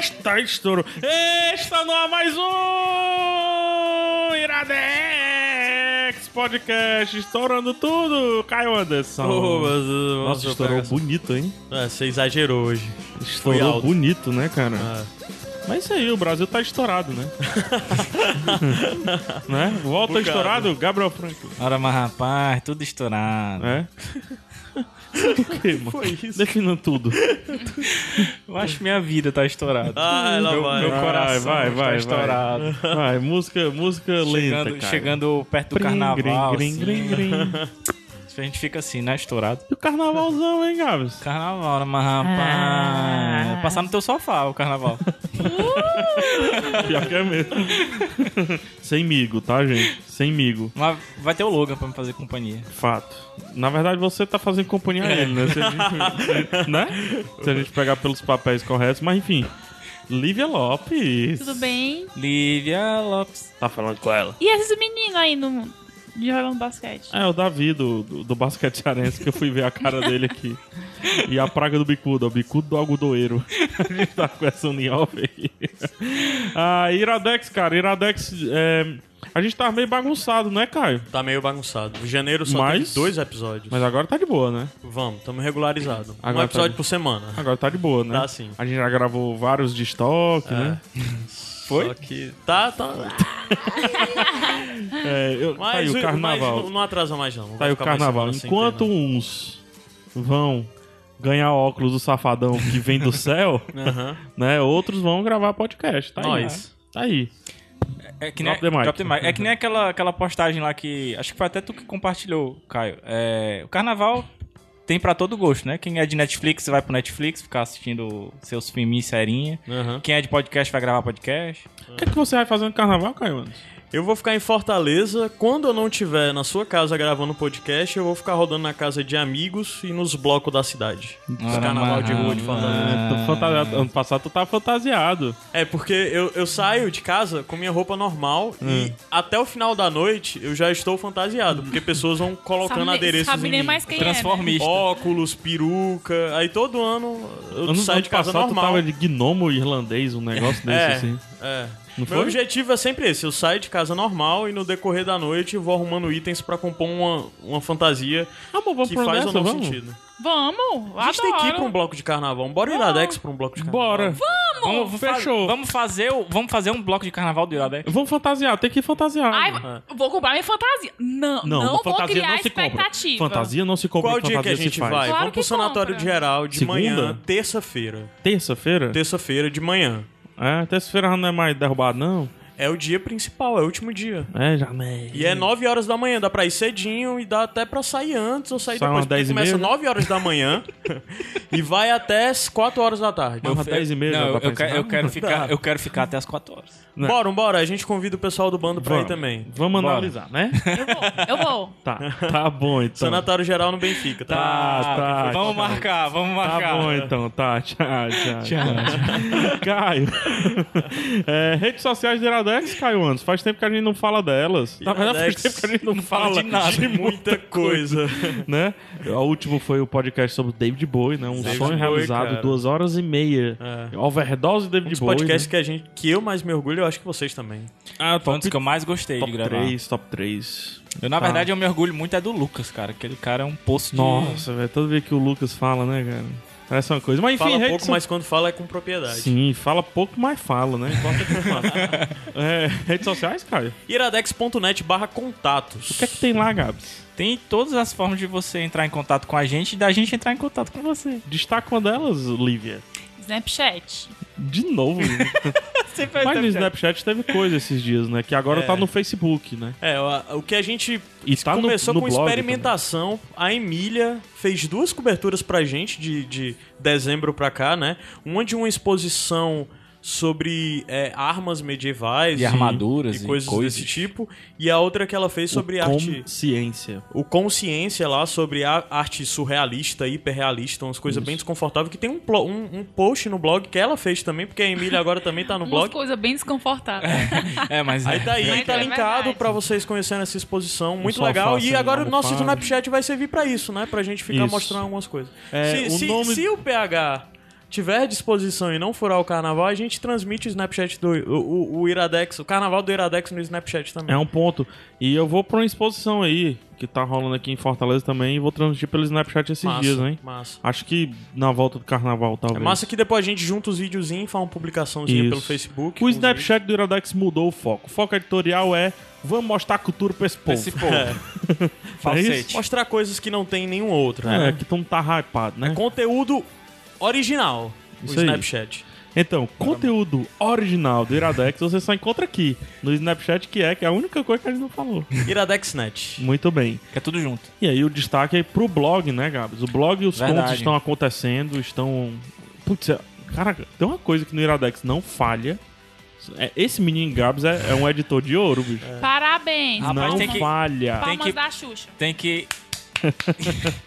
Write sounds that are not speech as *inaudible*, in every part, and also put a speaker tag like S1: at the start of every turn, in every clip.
S1: Está estouro. Está no ar mais um Iradex Podcast. Estourando tudo. Caio Anderson.
S2: Ô, mas, uh,
S1: Nossa,
S2: eu
S1: estourou
S2: pego
S1: bonito, hein?
S2: essa- Ah, Você exagerou hoje. Foi
S1: Estourou
S2: alto.
S1: bonito, né, cara?
S2: Ah.
S1: Mas isso aí, o Brasil tá estourado, né? né? Volta
S2: Bugado.
S1: estourado, Gabriel Franco.
S3: Ora, mas rapaz, tudo estourado.
S1: É? o que, mano? Foi isso. Defina tudo.
S3: Eu acho que minha vida
S2: *laughs*
S3: tá estourada.
S2: Ah, ela
S3: meu,
S2: vai.
S3: meu
S1: Vai,
S3: coração
S1: vai,
S3: está
S1: vai,
S3: estourado.
S1: Vai, música, música
S3: Chegando,
S1: lenta, cara.
S3: chegando perto do
S1: Prim,
S3: carnaval,
S1: grim, grim,
S3: assim,
S1: grim, grim. *laughs*
S3: a gente fica assim, né, estourado.
S1: E o carnavalzão, hein, Gabs?
S3: Carnaval, ora, mas rapaz, passar no teu sofá o carnaval.
S1: Pior que é mesmo. *laughs* Sem migo, tá, gente? Sem migo.
S3: mas vai ter o Logan pra me fazer companhia.
S1: Fato. Na verdade, você tá fazendo companhia a ele, né? Se a *laughs* gente, né? Se a gente pegar pelos papéis corretos, mas enfim. Lívia Lopes.
S4: Tudo bem?
S3: Lívia Lopes.
S1: Tá falando com ela.
S4: E esses meninos aí no, de jogando basquete?
S1: É, o Davi do, do, do basquete cearense, que eu fui ver a cara dele aqui. E a praga do bicudo, ó, o bicudo do algodoeiro. *laughs* A gente tá com essa união, velho. Ah, Iradex, cara, Iradex. é, a gente tava meio bagunçado, né, Caio?
S2: Tá meio bagunçado. Em janeiro só
S1: Mas-
S2: teve dois episódios.
S1: Mas agora tá de boa, né?
S2: Vamos, estamos regularizados. Um
S1: Agora tá
S2: episódio
S1: bem.
S2: por semana.
S1: Agora tá de boa, né?
S2: Tá sim. É.
S1: A gente já gravou vários de estoque, né? Foi?
S2: Só que tá, tá.
S1: É, eu, tá aí
S2: Mas,
S1: o carnaval.
S2: mas não, não atrasa mais não.
S1: tá aí o carnaval. Enquanto uns vão ganhar óculos do safadão que vem do céu,
S2: Aham.
S1: né? Outros vão gravar podcast. Tá aí.
S2: Nós.
S1: Tá aí.
S3: É que nem,
S1: Drop the mic.
S3: Drop the mic. É que nem aquela, aquela postagem lá que. Acho que foi até tu que compartilhou, Caio. É, o carnaval tem pra todo gosto, né? Quem é de Netflix vai pro Netflix ficar assistindo seus filminhos serinha.
S2: Aham.
S3: Quem é de podcast vai gravar podcast.
S1: O que, é que você vai fazer no carnaval, Caio? Anderson?
S2: Eu vou ficar em Fortaleza. Quando eu não estiver na sua casa gravando podcast, eu vou ficar rodando na casa de amigos e nos blocos da cidade. Os
S3: Ora,
S2: carnaval de rua de
S3: mas-
S2: Fortaleza.
S1: É, tô fantasiado. Ano passado tu tava fantasiado.
S2: É, porque eu, eu saio de casa com minha roupa normal e até o final da noite eu já estou fantasiado, porque pessoas vão colocando
S4: nem-
S2: adereços
S4: sabe
S2: em
S4: nem
S2: mim.
S4: mais
S3: né?
S4: quem é.
S3: Transformista.
S2: Óculos, peruca, aí todo ano eu
S1: ano
S2: saio
S1: ano
S2: de casa
S1: passado tu
S2: normal.
S1: tava de gnomo irlandês, um negócio desse,
S2: é,
S1: assim.
S2: é.
S1: Não
S2: Meu
S1: foi?
S2: objetivo é sempre esse, eu saio de casa normal e no decorrer da noite eu vou arrumando itens pra compor uma, uma fantasia
S1: Amor, Tá vamos
S2: que
S1: pra
S2: faz
S1: nessa,
S2: ou não
S1: vamos?
S2: sentido.
S4: né? Vamos!
S2: A gente tem que ir pra um
S4: adoro.
S2: bloco de carnaval. Bora ir Iradex pra um bloco de carnaval.
S1: Bora.
S3: Vamos, vamos fa-
S1: Fechou.
S3: Vamos fazer, o- vamos fazer um bloco de carnaval do Iradex.
S1: Vamos fantasiar, tem que ir fantasiar.
S4: Ai, vou comprar minha fantasia. Não, não,
S1: Não,
S4: vou
S1: fantasia
S4: criar
S1: não se compra.
S4: expectativa.
S1: Fantasia não se compra.
S2: Qual
S1: fantasia
S2: dia que a gente
S1: se faz.
S2: vai?
S4: Claro
S2: Vamos pro
S4: que
S2: Sanatório
S4: compra.
S2: Geral de
S1: Segunda?
S2: manhã, terça-feira.
S1: Terça-feira?
S2: Terça-feira de manhã.
S1: É, terça-feira não é mais derrubado, não.
S2: É o dia principal, é o último dia.
S1: É, já né.
S2: E é 9 horas da manhã, dá pra ir cedinho e dá até pra sair antes ou sair
S1: Sai
S2: depois.
S1: umas 10 e
S2: porque começa
S1: meia, né?
S2: 9 horas da manhã
S1: *laughs*
S2: e vai até as 4 horas da tarde.
S1: Mas Às 10 e meia já
S3: Não,
S1: dá
S3: eu,
S1: pra
S3: eu quero,
S1: ensinar?
S3: eu quero ficar, eu quero ficar até as 4 horas.
S1: não.
S2: Bora, bora, a gente convida o pessoal do bando pra ir também.
S1: né? Vamos
S3: Bora.
S1: analisar, né?
S4: Eu vou, eu vou.
S1: tá, tá bom então.
S2: Sanatório geral no Benfica, tá?
S1: Tá, tá.
S3: vamos marcar, vamos
S1: Tá
S3: marcar.
S1: bom então, tá. Tchau, tchau. tchau. Caio. *laughs* É, redes sociais de Iradex, Caio Andes. Faz tempo que a gente não fala delas. Na verdade, faz
S2: Iradex
S1: tempo que a gente não,
S3: fala de nada.
S2: De muita coisa.
S1: *laughs* né? O último foi o podcast sobre David Bowie, né? Um
S2: David
S1: sonho
S2: Bowie,
S1: realizado,
S2: cara.
S1: duas horas e meia.
S2: É.
S1: Overdose de
S2: Um
S1: David
S2: dos
S1: Bowie. né?
S2: podcasts que, a gente, que eu mais me orgulho, eu acho que vocês também.
S1: Ah,
S3: Foi um
S1: top,
S3: dos que eu mais gostei de
S1: top
S3: gravar.
S1: 3, top 3.
S3: Eu, na
S1: Tá.
S3: verdade, eu me orgulho muito é do Lucas, cara. Aquele cara é um poço de...
S1: Nossa, velho, toda vez que o Lucas fala, né, cara? Parece uma coisa. Mas enfim,
S2: Fala
S1: redes
S2: pouco,
S1: so-
S2: mas quando fala é com propriedade.
S1: Sim, fala pouco, mas fala, né? *laughs* Importa que fala. É, redes sociais, Caio?
S2: iradex.net barra contatos.
S1: O que é que tem lá, Gabs?
S3: Tem todas as formas de você entrar em contato com a gente e da gente entrar em contato com você.
S1: Destaca uma delas, Lívia.
S4: Snapchat.
S2: *laughs*
S1: De novo. Lívia.
S3: Sempre é
S1: Mas no
S3: Snapchat.
S1: Snapchat teve coisa esses dias, né? Que agora
S2: É.
S1: tá no Facebook, né?
S2: É, o, o que a gente
S1: E tá no-
S2: começou
S1: no
S2: com
S1: blog
S2: experimentação. A Emília fez duas coberturas pra gente de, de dezembro pra cá, né? Uma de uma exposição sobre é, armas medievais
S3: E armaduras
S2: e
S3: e
S2: coisas,
S3: coisas.
S2: desse tipo. E a outra que ela fez sobre
S1: o
S2: arte.
S1: Consciência.
S2: O Consciência lá sobre a arte surrealista, hiperrealista, umas coisas bem desconfortáveis, que tem um, plo- um, um post no blog que ela fez também, porque a Emília agora também tá no
S5: Uma
S2: blog.
S5: coisa bem desconfortável.
S3: É, mas
S2: Aí tá aí,
S5: Mas
S2: tá
S5: é
S2: linkado
S5: verdade.
S2: pra vocês conhecerem essa exposição, muito
S1: sofá
S2: legal.
S1: sem
S2: E agora o nosso
S1: almofada.
S2: Snapchat vai servir pra isso, né? Pra gente ficar
S1: Isso.
S2: mostrando algumas coisas.
S1: É,
S2: se,
S1: o
S2: se-
S1: nome-
S2: se o PH tiver disposição e não furar o carnaval, a gente transmite o Snapchat do o, o- o Iradex, o carnaval do Iradex no Snapchat também.
S1: É um ponto. E eu vou pra uma exposição aí, que tá rolando aqui em Fortaleza também, e vou transmitir pelo Snapchat esses
S2: massa,
S1: dias, hein?
S2: Massa.
S1: Acho que na volta do carnaval,
S2: É
S1: talvez.
S2: massa que depois a gente junta os videozinhos e faz uma publicaçãozinha
S1: Isso.
S2: pelo Facebook.
S1: O
S2: com os
S1: Snapchat do Iradex mudou o foco. O foco editorial é vamos mostrar cultura pra esse povo.
S3: Esse povo.
S1: É
S3: Falsete.
S2: vídeos. Mostrar coisas que não tem em nenhum outro,
S1: É,
S2: né? É
S1: que tu não tá hypado, né?
S2: Conteúdo original.
S1: Isso
S2: o
S1: aí.
S2: Snapchat.
S1: Então, conteúdo original do Iradex você só encontra aqui, no Snapchat, que é, que é a única coisa que a gente não falou.
S2: IradexNet.
S1: Muito bem.
S3: Que é tudo junto.
S1: E aí o destaque é pro blog, né, Gabs? O blog e os
S3: Verdade.
S1: contos estão acontecendo, estão... Putz, é- caraca, tem uma coisa que no Iradex não falha. É, Esse menino Gabs é, é um editor de ouro, bicho.
S5: Parabéns.
S3: É. Rapaz,
S1: É. não
S3: tem que-
S1: falha
S5: Palmas
S3: Tem que-
S5: da Xuxa.
S3: Tem que,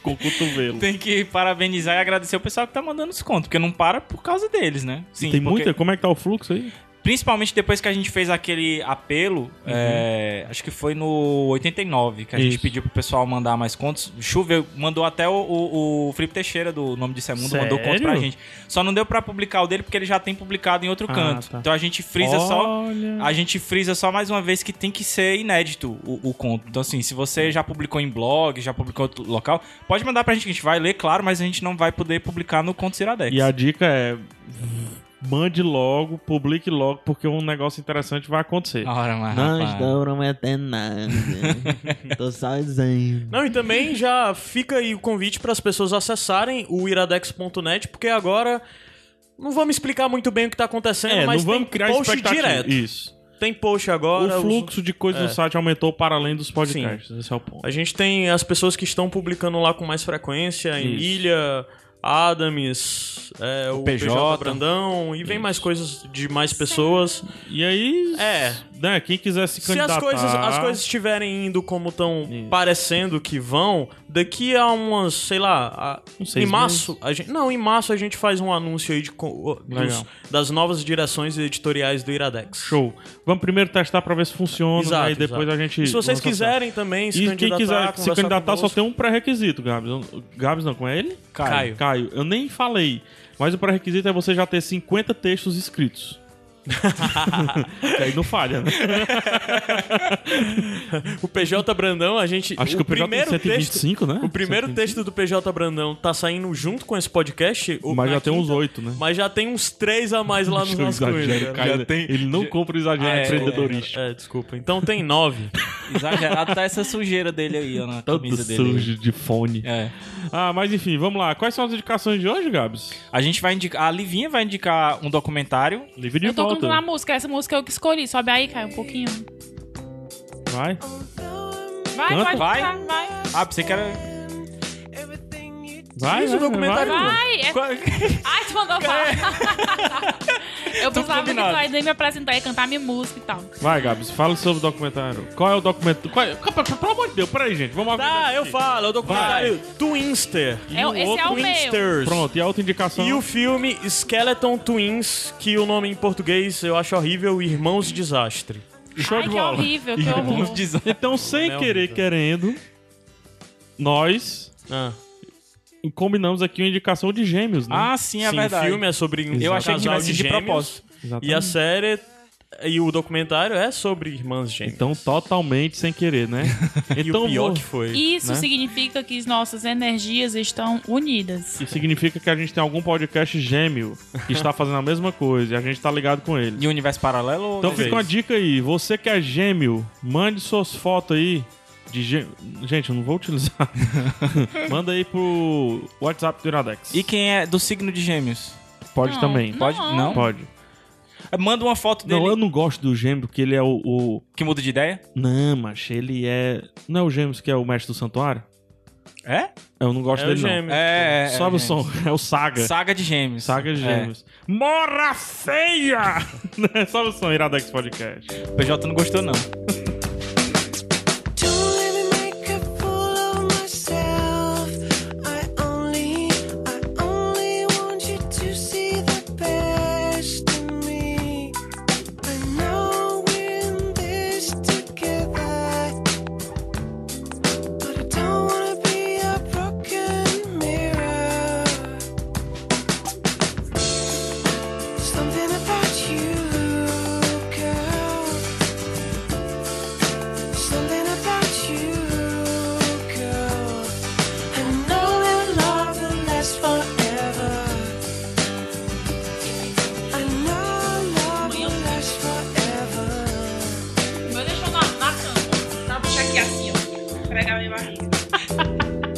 S1: com o cotovelo.
S3: tem que parabenizar e agradecer o pessoal que tá mandando os contos, porque não para por causa deles, né? Sim,
S1: tem
S3: porque-
S1: muita? Como é que tá o fluxo aí?
S3: Principalmente depois que a gente fez aquele apelo,
S1: Uhum.
S3: é, acho que foi no 89, que a gente
S1: Isso.
S3: pediu pro pessoal mandar mais contos. Choveu, mandou até o, o, o Felipe Teixeira, do Nome de Semundo, mandou
S1: Sério?
S3: conto pra gente. Só não deu pra publicar o dele porque ele já tem publicado em outro
S1: Ah,
S3: canto.
S1: tá.
S3: Então a gente frisa só.
S1: Olha.
S3: A gente frisa só mais uma vez que tem que ser inédito o, o conto. Então, assim, se você já publicou em blog, já publicou em outro local, pode mandar pra gente que a gente vai ler, claro, mas a gente não vai poder publicar no Conto Iradex.
S1: E a dica é... Mande logo, publique logo, porque um negócio interessante vai acontecer.
S3: Ora, mas,
S6: Não
S3: rapaz.
S6: estou prometendo nada. né?
S3: *laughs*
S6: Tô sozinho.
S2: Não, e também já fica aí o convite para as pessoas acessarem o iradex.net, porque agora não vamos explicar muito bem o que tá acontecendo,
S1: É,
S2: mas
S1: não vamos
S2: tem
S1: criar
S2: post
S1: expectativa.
S2: direto.
S1: Isso.
S2: Tem post agora.
S1: o
S2: os- É.
S1: fluxo de coisas no site aumentou para além dos podcasts. Esse é o ponto.
S2: A gente tem as pessoas que estão publicando lá com mais frequência,
S1: Isso.
S2: Emília, Adams, é, o, PJ.
S3: PJ.
S2: Brandão, e vem mais coisas de mais pessoas.
S1: E aí,
S2: É.
S1: né, quem quiser se
S2: Se
S1: candidatar...
S2: as coisas, as coisas estiverem indo como estão parecendo que vão, daqui a umas, sei lá, a-
S1: Uns seis
S2: em março, a gente, não, em março a gente faz um anúncio aí de, co- dos-
S1: Legal.
S2: das novas direções editoriais do Iradex.
S1: Show. Vamos primeiro testar para ver se funciona,
S2: Exato,
S1: né, e depois
S2: exato.
S1: a gente...
S2: E se vocês
S1: lança
S2: quiserem também se
S1: certo. E quem
S2: candidatar,
S1: quiser se
S2: conversar
S1: candidatar só
S2: conosco.
S1: tem um pré-requisito, Gabs. Eu- Gabs não, com ele?
S2: Caio.
S1: Caio. Eu nem falei, mas o pré-requisito é você já ter 50 textos
S2: *laughs*
S1: escritos. que aí não falha, né?
S2: O PJ Brandão, a gente.
S1: Acho que o PJ tem
S2: primeiro
S1: 125,
S2: texto,
S1: né?
S2: O primeiro
S1: 125.
S2: texto do PJ Brandão tá saindo junto com esse podcast. o-
S1: mas
S2: na
S1: já tem uns
S2: quinta,
S1: oito, né?
S2: Mas já tem uns três a mais
S1: *laughs*
S2: lá nos
S1: Deixa eu
S2: nossos
S1: exagerar,
S2: coelhos.
S1: cara.
S3: Já tem-
S1: Ele não compra o exagero
S3: Ah, é,
S1: empreendedorístico.
S2: né? É, desculpa. Então tem nove.
S3: Exagerado tá essa sujeira dele aí, ó, na
S1: Todo
S3: camisa dele.
S1: sujo de fone.
S3: É.
S1: *laughs* Ah, mas enfim, vamos lá. Quais são as indicações de hoje, Gabs?
S3: A gente vai indicar. A Livinha vai indicar um documentário.
S1: Livre de
S5: Eu tô
S1: volta.
S5: cantando a música, essa música eu que escolhi. Sobe aí, Caio, um pouquinho.
S1: Vai.
S5: Vai,
S1: Canta.
S5: vai,
S3: Vai.
S5: vai, vai.
S3: Ah, você quer.
S1: Hum. Vai,
S2: Isso,
S1: vai,
S2: documentário.
S1: vai.
S5: Ai, é... *laughs* Ai tu mandou falar. eu pensava que tu
S3: combinado.
S5: ainda ia me apresentar e cantar minha música e tal.
S1: Vai, Gabs, fala sobre o documentário. Qual é o documentário? Qual é... Pelo amor de Deus, peraí, gente. Vamos organizar
S2: Tá, eu
S1: aqui.
S2: falo. É o documentário Twinster.
S1: E
S5: É,
S1: o
S5: esse é
S1: outro
S5: o meu.
S2: Twinsters.
S1: Pronto, e a outra indicação?
S2: E o filme Skeleton Twins, que o nome em português eu acho horrível, Irmãos Desastre.
S1: Show
S5: Ai,
S1: de
S5: que é
S1: bola.
S5: horrível, que horror.
S1: Então, sem
S2: Não, é
S1: querer,
S2: não.
S1: querendo, nós
S2: Ah,
S1: combinamos aqui uma indicação de gêmeos, né?
S3: Ah, sim, é
S2: sim,
S3: verdade.
S2: o filme é sobre um
S3: Eu achei que
S2: casal
S3: tivesse de
S2: gêmeos.
S3: propósito.
S1: Exatamente.
S2: E a série e o documentário é sobre irmãs gêmeas.
S1: Então, totalmente sem querer, né?
S2: *laughs* E
S1: então,
S2: o pior
S1: vou-
S2: que foi. é
S5: Isso
S1: Né?
S5: significa que as nossas energias estão unidas.
S1: Isso significa que a gente tem algum podcast gêmeo que está fazendo a mesma coisa e a gente tá ligado com ele.
S3: E o universo paralelo? ou
S1: Então
S3: não?
S1: fica uma dica aí, você que é gêmeo, mande suas fotos aí de gê- Gente, eu não vou utilizar. *laughs* Manda aí pro WhatsApp do Iradex.
S3: E quem é do signo de gêmeos?
S1: Pode
S5: Ah, Não,
S1: também.
S5: não.
S3: Pode? Não?
S1: Pode.
S3: Manda uma foto dele
S1: Não, eu não gosto do Gêmeos, porque ele é o, o-
S3: que muda de ideia.
S1: Não, mas ele é... Não é o Gêmeos que é o mestre do santuário?
S3: É?
S1: Eu não gosto
S2: É o
S1: dele,
S2: Gêmeos.
S3: É,
S1: não. Sobe o
S3: gente.
S1: som. *laughs* É o Saga.
S3: Saga de gêmeos. É.
S1: Saga Gêmeos. Mora feia! *laughs* Sobe o som, Iradex Podcast.
S3: É. O PJ não gostou, não.
S7: Don't let me make a fool of myself. I only, I only want you to see the best in me. I know we're in this together, but I don't wanna be a broken mirror. Something about you, girl. Something about you, girl. I know that love will last forever. I know love will last forever.
S5: Vou deixar na, na cama. Tá, puxar aqui assim, ó. Pegar minha barriga.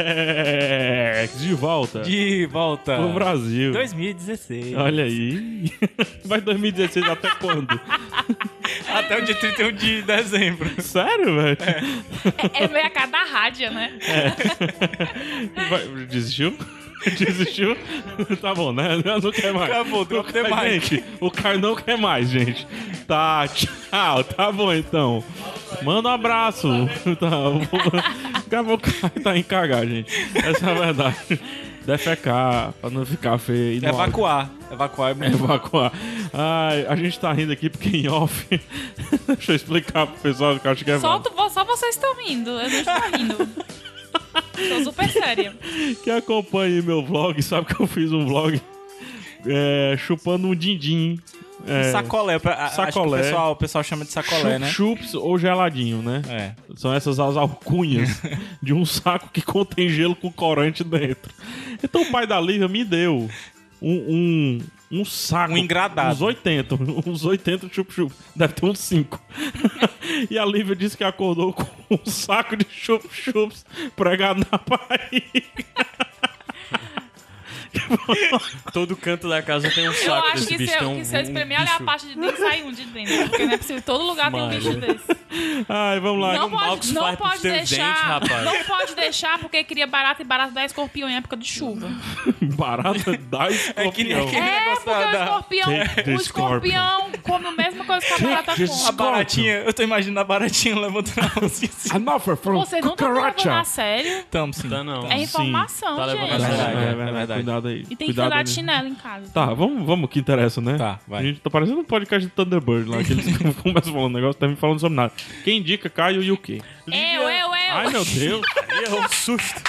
S1: Iradex! De volta.
S3: De volta.
S1: Pro Brasil.
S3: 2016.
S1: Olha aí. *laughs* Vai 2016 até quando?
S3: Até o dia 31 de dezembro.
S1: Sério, velho?
S5: É, é meio a cara da rádio, né?
S1: É.
S5: *laughs*
S1: Vai- Desistiu? Desistiu? Tá bom, né? Não quer mais.
S3: Acabou,
S1: não
S3: drop the mic.
S1: Gente, o cara não quer mais, gente. Tá, tchau. Tá bom, então. Manda um abraço. Tá, vou- Acabou, o cara tá em cagar, gente. Essa é a verdade. Defecar, pra não ficar feio. E não-
S3: Evacuar. Evacuar é muito
S1: *laughs* evacuar. Ai, a gente tá rindo aqui porque em off. *laughs* Deixa eu explicar pro pessoal que eu acho que é
S5: Só,
S1: errado.
S5: tu- só vocês estão rindo. Eu não estou rindo. Tô super séria.
S1: Quem acompanha meu vlog sabe que eu fiz um vlog é, chupando um dindim. É,
S3: Sacolé. pra- a- acho que o
S1: Sacolé.
S3: pessoal, o pessoal chama Um de sacolé, né?
S1: Chups ou geladinho, né?
S3: É.
S1: São essas as
S3: *laughs*
S1: alcunhas de um saco que contém gelo com corante dentro. Então o pai da Lívia me deu um, um, um saco.
S3: Um engradado.
S1: Uns 80. Uns 80 chup-chup. Deve ter uns 5. *laughs* e a Lívia disse que acordou com um saco de chup-chups pregado na *laughs* parede.
S2: Todo canto da casa tem um saco
S5: Eu acho
S2: desse
S5: que
S2: bicho.
S5: se
S2: tem
S5: eu,
S2: um,
S5: que se eu
S2: um
S5: espremer, olha a
S2: bicho.
S5: parte de dentro sai um de dentro. Porque não é possível. Todo lugar tem um bicho desse.
S1: Ai, vamos lá.
S5: Não
S2: Malcos
S5: pode, não
S2: faz pros
S5: pode
S2: teus dentes,
S5: deixar.
S2: rapaz.
S5: não pode deixar porque cria barata e barata dá escorpião em época de chuva.
S1: Barata da escorpião.
S3: *laughs* É que nem- é que nem-
S5: É,
S3: negócio
S5: porque
S3: da-
S5: o
S3: da-
S5: escorpião,
S1: Take the
S5: É, o escorpião come a mesma coisa que a barata
S1: the
S3: A
S5: come.
S1: scorpion.
S3: baratinha, eu tô imaginando a baratinha levantando a mãozinha
S2: *laughs*
S3: assim.
S1: Enough from
S5: Você não tá me levando a sério?
S3: Tamo sim.
S2: Tá, não.
S5: É informação,
S2: Tá levando a
S5: gente.
S2: sério. né?
S1: É,
S3: É
S1: verdade.
S3: verdade.
S1: Cuidado aí.
S5: E tem que
S1: Cuidado
S5: andar
S1: aí.
S5: de chinelo em casa.
S1: Tá, vamos, vamos que interessa, né?
S3: Tá, vai.
S1: A gente tá parecendo um podcast do Thunderbird lá,
S3: *laughs*
S1: que eles *laughs* começam falando negócio, tá me falando sobre nada. Quem indica, Caio e o quê?
S5: Eu, eu,
S1: Ai,
S5: eu. *laughs*
S1: meu Deus.
S2: Ih, é um susto.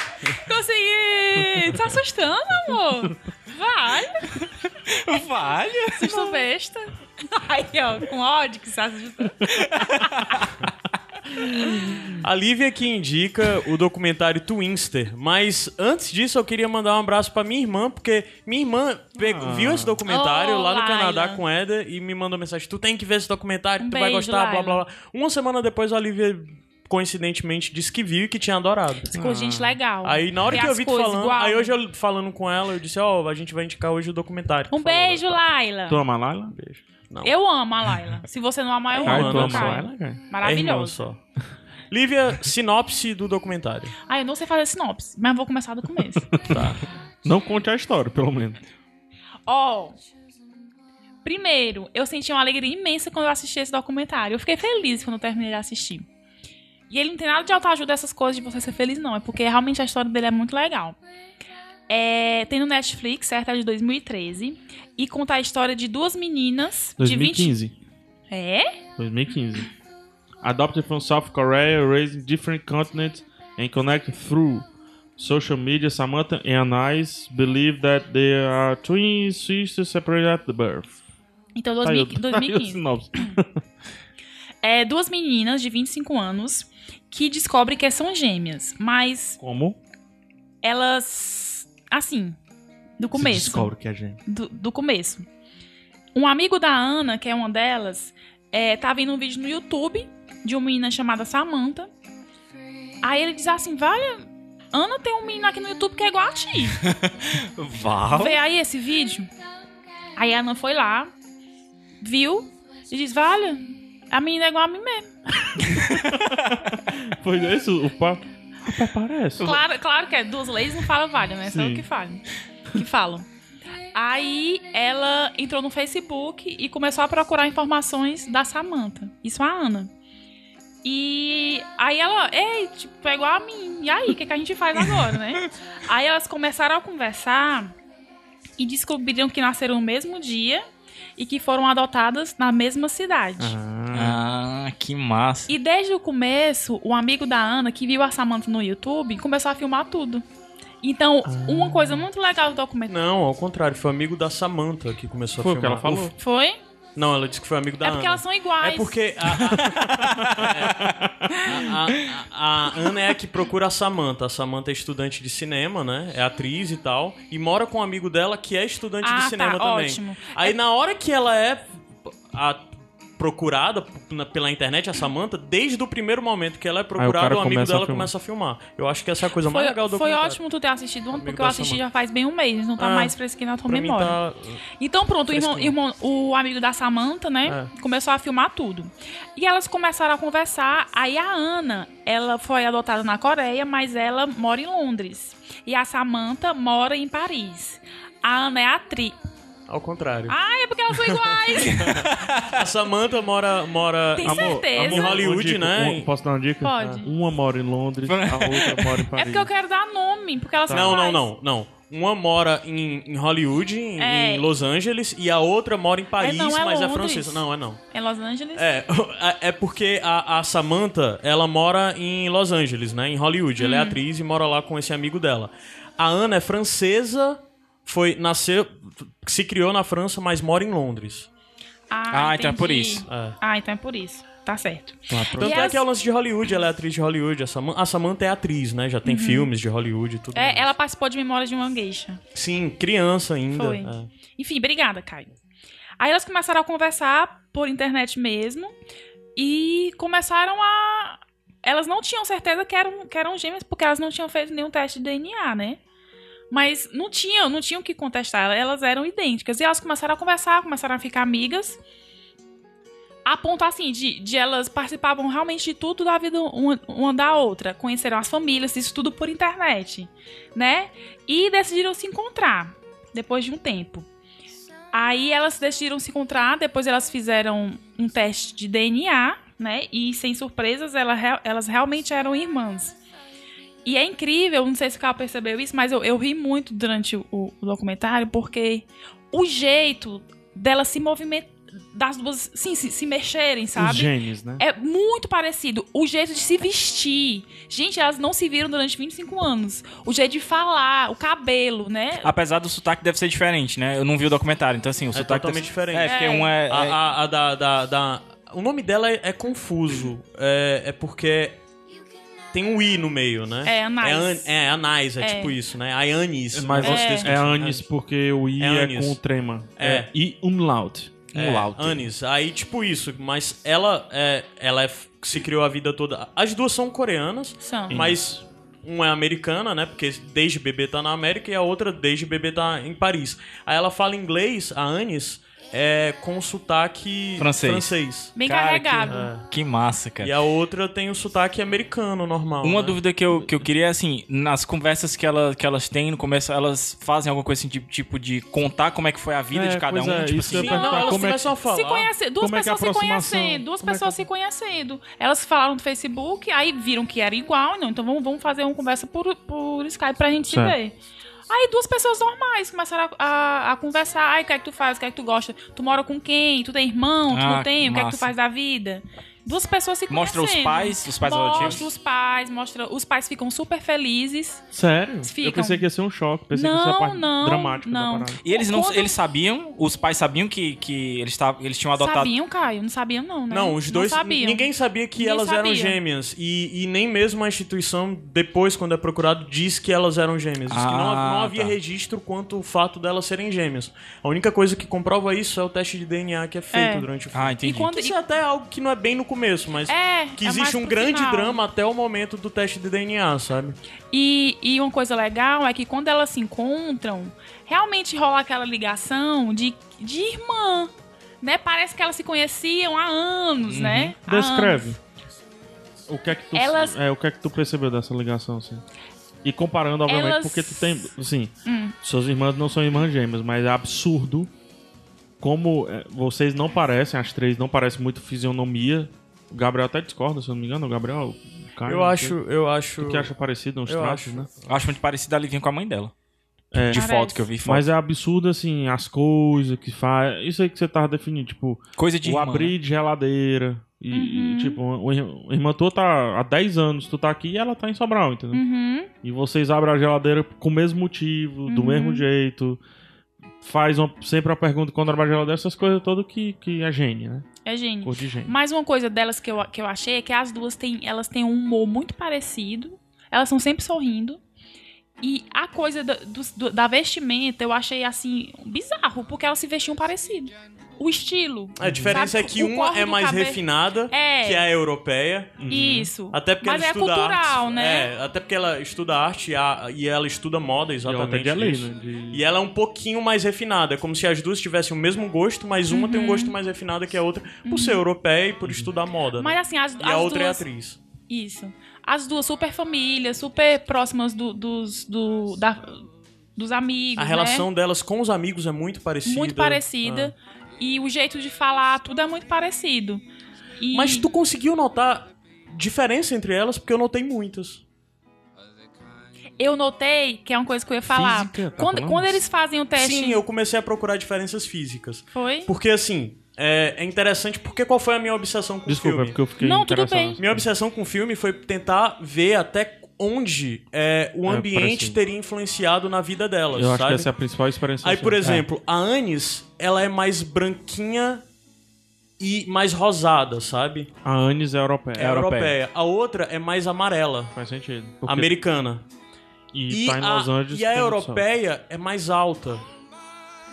S5: Consegui. Tá assustando, amor. Vai.
S3: Valha!
S5: Assusta o besta. *laughs* Aí, ó, com ódio que se
S2: Ah.
S5: assusta.
S2: A Lívia que indica o documentário Twinster, mas antes disso eu queria mandar um abraço pra minha irmã, porque minha irmã pegou- viu esse documentário
S5: Oh,
S2: lá no
S5: Laila.
S2: Canadá com Eder e me mandou mensagem: Tu tem que ver esse documentário,
S5: Um
S2: tu vai
S5: beijo,
S2: gostar, blá
S5: Laila.
S2: blá blá. Uma semana depois a Lívia, coincidentemente, disse que viu e que tinha adorado.
S5: Ficou gente legal.
S2: Aí na hora
S5: E
S2: que eu
S5: as
S2: vi tu
S5: coisas
S2: falando,
S5: igual.
S2: aí hoje eu falando com ela, eu disse: Ó, a gente vai indicar hoje o documentário.
S5: Um
S2: Tu falou,
S5: beijo,
S2: tá?
S5: Laila.
S1: Tu ama a Laila?
S5: Eu amo a Laila. Se você não amar, eu
S1: é Caio,
S5: amo.
S1: tu
S2: amo,
S1: ama a
S3: né?
S5: cara.
S1: Laila, cara?
S2: É irmão
S5: Maravilhoso.
S2: só. Lívia, sinopse do documentário.
S5: Ah, eu não sei fazer sinopse, mas vou começar do começo.
S1: Não conte a história, pelo menos.
S5: Ó. Primeiro, eu senti uma alegria imensa quando eu assisti esse documentário. Eu fiquei feliz quando eu terminei de assistir. E ele não tem nada de autoajuda essas coisas de você ser feliz, não. É porque realmente a história dele é muito legal. É, tem no Netflix, certo? É de 2013. E conta a história de duas meninas de 20.
S1: 2015.
S5: É?
S1: 2015. Adopted from South Korea, raised in different continents and connected through social media, Samantha and Anais believe that they are twin sisters separated at the birth.
S5: Então,
S1: Tá aí o-
S5: 2000,
S1: tá aí o
S5: 2015.
S1: sinopse.
S5: É, duas meninas de 25 anos que descobrem que são gêmeas, mas
S1: Como?
S5: elas. Assim, do
S1: se
S5: começo.
S1: descobre que é *laughs* gêmeo.
S5: Do, do começo. Um amigo da Ana, que é uma delas, é, tá vendo um vídeo no YouTube de uma menina chamada Samantha. Aí ele diz assim: Vale, Ana tem um menino aqui no YouTube que é igual a ti.
S3: Val?
S5: Vê aí esse vídeo. Aí a Ana foi lá, viu, e diz, vale, a menina é igual a mim mesmo.
S1: Foi esse é, o papo? Rapaz, parece.
S5: Claro, claro que é, duas leis não fala vale, né? Só
S1: Sim.
S5: o que falam. Que falam. Aí ela entrou no Facebook e começou a procurar informações da Samantha. Isso a Ana. E aí ela, ei, tipo, é igual a mim. E aí, o que, que a gente faz agora, né? Aí elas começaram a conversar e descobriram que nasceram no mesmo dia e que foram adotadas na mesma cidade.
S3: Ah, que massa.
S5: E desde o começo, um amigo da Ana, que viu a Samantha no YouTube, começou a filmar tudo. Então,
S2: Ah.
S5: uma coisa muito legal do documento
S2: Não, ao contrário, foi amigo da Samantha que começou
S1: Foi
S2: a
S1: o que
S2: filmar.
S1: ela falou.
S5: foi.
S2: Não, ela disse que foi amigo da
S5: é porque
S2: Ana.
S5: elas são iguais.
S2: É porque a, a- a- a- a Ana é a que procura a Samantha. A Samantha é estudante de cinema, né? É atriz e tal. E mora com um amigo dela que é estudante
S5: Ah,
S2: de
S5: tá,
S2: cinema também.
S5: ótimo.
S2: Aí na hora que ela é a- procurada p- na- pela internet, a Samantha, desde o primeiro momento que ela é procurada,
S1: cara
S2: o amigo
S1: começa a
S2: dela
S1: filmar.
S2: começa a filmar. Eu acho que essa é a coisa mais legal do
S5: Foi, foi
S2: documentário.
S5: ótimo tu ter assistido ontem,
S2: Amigo
S5: porque
S2: da
S5: eu assisti
S2: Samantha.
S5: já faz bem um mês, não tá
S2: Ah,
S5: mais fresquinho na tua
S2: Pra mim
S5: memória.
S2: tá-
S5: Então pronto, o, irmão,
S2: Fresquinho.
S5: irmão- o amigo da Samantha, né, começou a filmar tudo. E elas começaram a conversar, aí a Ana, ela foi adotada na Coreia, mas ela mora em Londres. E a Samantha mora em Paris. A Ana é atriz.
S2: Ao contrário.
S5: Ah, é porque elas são iguais.
S2: A Samantha mora. mora
S5: Tem
S2: amor,
S5: certeza.
S2: Amor, Hollywood,
S1: uma dica,
S2: né?
S1: tipo, uma- posso dar uma dica?
S5: Pode.
S1: Uma mora em Londres, a outra mora
S5: é
S1: em Paris.
S5: porque eu quero dar nome, porque elas são
S2: Tá. Não, não,
S5: iguais.
S2: não, não. Uma mora em, em Hollywood, em,
S5: É.
S2: em Los Angeles, e a outra mora em Paris,
S5: não, é
S2: mas é
S5: Londres.
S2: francesa. Não, é não.
S5: É Los Angeles?
S2: É, *laughs* é porque a, a Samantha, ela mora em Los Angeles, né? Em Hollywood.
S5: Hum.
S2: Ela é atriz e mora lá com esse amigo dela. A Ana é francesa, foi nasceu, se criou na França, mas mora em Londres.
S3: Ah, então é
S5: entendi.
S3: por isso.
S2: É.
S5: Ah, então é por isso. Tá certo.
S2: Tanto
S5: E
S2: é
S5: as-
S2: que é o lance de Hollywood, ela é atriz de Hollywood. A Samantha, a Samantha é atriz, né? Já tem filmes de Hollywood e tudo. mais.
S5: Uhum. É, ela participou de Memórias de uma Geisha.
S2: Sim, criança ainda.
S5: Foi.
S2: é.
S5: Enfim, obrigada, Caio. Aí elas começaram a conversar por internet mesmo e começaram a. Elas não tinham certeza que eram, que eram gêmeas porque elas não tinham feito nenhum teste de DNA, né? Mas não tinham, não tinham o que contestar, elas eram idênticas. E elas começaram a conversar, começaram a ficar amigas. A ponto assim, de, de elas participavam realmente de tudo da vida uma, uma da outra. Conheceram as famílias, isso tudo por internet, né? E decidiram se encontrar depois de um tempo. Aí elas decidiram se encontrar, depois elas fizeram um teste de DNA, né? E sem surpresas, ela rea- elas realmente eram irmãs. E é incrível, não sei se o Carl percebeu isso, mas eu, eu ri muito durante o, o documentário, porque o jeito delas se movimentar, das duas, sim, se, se mexerem,
S1: Os
S5: sabe?
S1: genes, né?
S5: É muito parecido. O jeito de se vestir. Gente, elas não se viram durante 25 anos. O jeito de falar, o cabelo, né?
S3: Apesar do sotaque deve ser diferente, né? Eu não vi o documentário, então assim, o
S2: É
S3: sotaque...
S2: totalmente
S3: deve...
S2: diferente.
S3: É, porque um é...
S2: A,
S3: é-
S2: a- a da, da- da- O nome dela é, é confuso. É, é porque tem um I no meio, né?
S5: É, Anais.
S2: É, An- é Anais, é,
S5: É.
S2: tipo isso, né? A Anis.
S1: Mas
S2: um negócio desse.
S1: é, Anis porque o I
S2: É
S1: é,
S2: Anis.
S1: com o trema. um
S2: É.
S1: I umlaut.
S2: É, Anis. Aí, tipo isso. Mas ela é, ela é, se criou a vida toda... As duas são coreanas,
S5: São.
S2: mas... Uma é americana, né? Porque desde bebê tá na América e a outra desde bebê tá em Paris. Aí ela fala inglês, a Anis, é, com sotaque
S3: Francês.
S2: francês. É.
S5: Bem
S3: Cara, que-
S5: carregado.
S3: Que massa, cara.
S2: E a outra tem o sotaque americano normal.
S3: É. Uma
S2: né?
S3: dúvida que eu, que eu queria é assim, nas conversas que, ela, que elas têm no começo, elas fazem alguma coisa assim, de, tipo de contar como é que foi a vida
S1: É,
S3: de cada
S1: pois
S3: um,
S1: é,
S3: tipo
S1: isso
S3: assim.
S1: é
S2: Sim, não, elas
S1: Como é que-
S2: começam a falar.
S5: Se conhecer, duas
S1: Como é que é a
S5: pessoas se
S1: aproximação?
S5: conhecendo, duas
S1: Como é que
S5: pessoas
S1: é?
S5: se conhecendo. Elas falaram no Facebook, aí viram que era igual, não, então vamos, vamos fazer uma conversa por, por Skype pra gente se
S1: Certo.
S5: ver. Aí duas pessoas normais começaram a, a- a conversar. Ai, o que é que tu faz? O que é que tu gosta? Tu mora com quem? Tu tem irmão? Tu
S3: Ah,
S5: não tem? O que é que
S3: massa.
S5: tu faz da vida? Duas pessoas se
S3: Mostra os
S5: conhecendo.
S3: pais, os pais
S5: Mostra
S3: adotivos?
S5: os pais, mostra. Os pais ficam super felizes.
S1: Sério? Eu
S5: Ficam.
S1: pensei que ia ser um choque. Pensei que ia ser a
S5: Não,
S1: parte
S5: não,
S1: dramática
S5: não.
S1: da parada.
S3: E eles não
S5: Quando-
S3: eles sabiam, os pais sabiam que, que eles, tavam, eles tinham adotado.
S5: Sabiam, Caio? Não sabiam, não, né?
S2: Não, os dois.
S5: Não sabiam.
S2: Ninguém sabia que
S5: Ninguém
S2: elas eram
S5: sabia.
S2: gêmeas. E, e nem mesmo a instituição, depois, quando é procurado, diz que elas eram gêmeas. Diz que não,
S3: Ah,
S2: não havia
S3: tá.
S2: registro quanto o fato delas serem gêmeas. A única coisa que comprova isso é o teste de DNA que é feito
S5: É.
S2: durante o filme.
S3: Ah, entendi.
S5: E quando-
S2: Isso é até algo que não é bem no começo, mas
S5: É,
S2: que
S5: é mais
S2: existe um
S5: pro
S2: grande
S5: final.
S2: drama até o momento do teste de DNA, sabe?
S5: E, e uma coisa legal é que quando elas se encontram, realmente rola aquela ligação de, de irmã, né? Parece que elas se conheciam há anos,
S2: Uhum.
S5: né? Há
S1: Descreve.
S5: anos.
S1: O que é que tu,
S5: Elas-
S1: é, o que é que tu percebeu dessa ligação, assim? E comparando, obviamente,
S5: Elas- Hum.
S1: porque tu tem, assim, suas irmãs não são irmãs gêmeas, mas é absurdo como é, vocês não parecem, as três não parecem muito fisionomia. O Gabriel até discorda, se eu não me engano, o Gabriel, o Caio,
S2: Eu
S1: não
S2: acho,
S1: sei.
S2: eu acho.
S1: Tu que acha parecido uns
S2: Eu
S1: traços,
S2: acho.
S1: né?
S3: Eu acho muito parecido a Livinha com a mãe dela.
S1: É.
S3: De
S5: Parece.
S3: foto que eu vi. Foto.
S1: Mas é absurdo, assim, as coisas que faz. Isso aí que você tava definindo, tipo,
S3: Coisa de
S1: o
S3: irmã,
S1: abrir de geladeira. E,
S5: Uhum.
S1: e, tipo, o ir- o irmão tu tá há 10 anos, tu tá aqui e ela tá em Sobral, entendeu?
S5: Uhum.
S1: E vocês abrem a geladeira com o mesmo motivo, do mesmo jeito. Faz uma- sempre a pergunta quando abre a geladeira, essas coisas todas que, que é gênio, né?
S5: É gente.
S1: Cor de gênio.
S5: Mais uma coisa delas que eu, que eu achei é que as duas têm, elas têm um humor muito parecido. Elas estão sempre sorrindo. E a coisa da, dos- do- da vestimenta eu achei assim bizarro, porque elas se vestiam parecido. O estilo.
S2: A diferença
S5: sabe?
S2: é que
S5: O
S2: uma
S5: corte
S2: é
S5: do
S2: mais
S5: cabelo.
S2: refinada,
S5: É. uhum.
S2: que é a europeia.
S5: Isso.
S2: Até porque
S5: Mas
S2: ela
S5: é
S2: estuda
S5: cultural,
S2: arte.
S5: né?
S2: É, até porque ela estuda arte e, a- e ela estuda moda,
S1: Ela
S2: exatamente.
S1: tem ali,
S2: isso.
S1: né? De-
S2: E ela é um pouquinho mais refinada, é como se as duas tivessem o mesmo gosto, mas uma
S5: Uhum.
S2: tem um gosto mais refinado que a outra, por ser europeia e por estudar moda.
S5: Mas
S2: né?
S5: assim, as,
S2: E
S5: as
S2: a outra é
S5: duas.
S2: atriz.
S5: Isso. As duas super famílias, super próximas do- dos, do- da- dos amigos.
S2: A
S5: né?
S2: relação delas com os amigos é muito parecida.
S5: muito parecida. E o jeito de falar, tudo é muito parecido.
S2: Ah.
S5: E-
S2: Mas tu conseguiu notar diferença entre elas, porque eu notei muitas.
S5: Eu notei que é uma coisa que eu ia falar.
S1: Física, tá
S5: quando,
S1: falando?
S5: quando eles fazem o teste.
S2: Sim, eu comecei a procurar diferenças físicas.
S5: Foi?
S2: Porque assim, é, é interessante porque qual foi a minha obsessão com o
S1: Desculpa, é
S2: filme?
S1: porque eu fiquei
S5: Não, tudo
S1: interessado.
S5: bem.
S1: nessa-
S2: Minha obsessão com o filme foi tentar ver até onde é, o
S1: É,
S2: ambiente
S1: parecido.
S2: teria influenciado na vida delas,
S1: Eu acho
S2: sabe?
S1: que essa é a principal experiência.
S2: Aí,
S1: do
S2: por
S1: filme.
S2: exemplo, a Anis, ela é mais branquinha e mais rosada, sabe?
S1: É. A Anis é europeia.
S2: É A outra é mais amarela,
S1: Faz sentido. Porque-
S2: americana.
S1: E,
S2: E,
S1: tá em
S2: a,
S1: Los Angeles.
S2: e a
S1: tem sol.
S2: europeia é mais alta.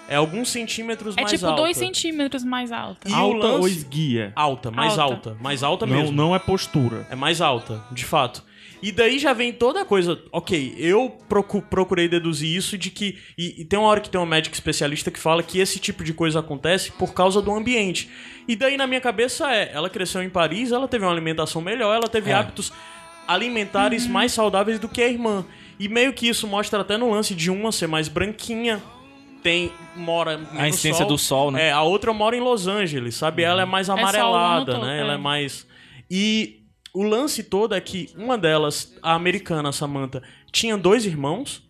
S2: É alguns centímetros
S5: É
S2: mais
S5: tipo
S2: alta.
S5: 2 centímetros mais alta.
S2: E o
S1: Alta ou
S2: lance-
S1: esguia?
S2: Alta, mais
S5: Alta.
S2: alta. Mais alta
S1: Não,
S2: mesmo.
S1: não é
S3: Uhum.
S1: postura.
S2: É mais alta, de fato. E daí já vem toda a coisa. Ok, eu procu- procurei deduzir isso de que. E, e tem uma hora que tem um médico especialista que fala que esse tipo de coisa acontece por causa do ambiente. E daí na minha cabeça é: ela cresceu em Paris, ela teve uma alimentação melhor, ela
S3: É.
S2: teve hábitos alimentares mais saudáveis do que a irmã. E meio que isso mostra até no lance de uma ser mais branquinha, tem. mora.
S3: A
S2: menos
S3: incidência
S2: sol.
S3: do sol, né? Uhum.
S2: É, a outra mora em Los Angeles, sabe? Ela é mais
S5: o ano
S2: amarelada,
S5: todo,
S2: né?
S5: é.
S2: Ela é mais. E o lance todo é que uma delas, a americana, a Samantha, tinha dois irmãos.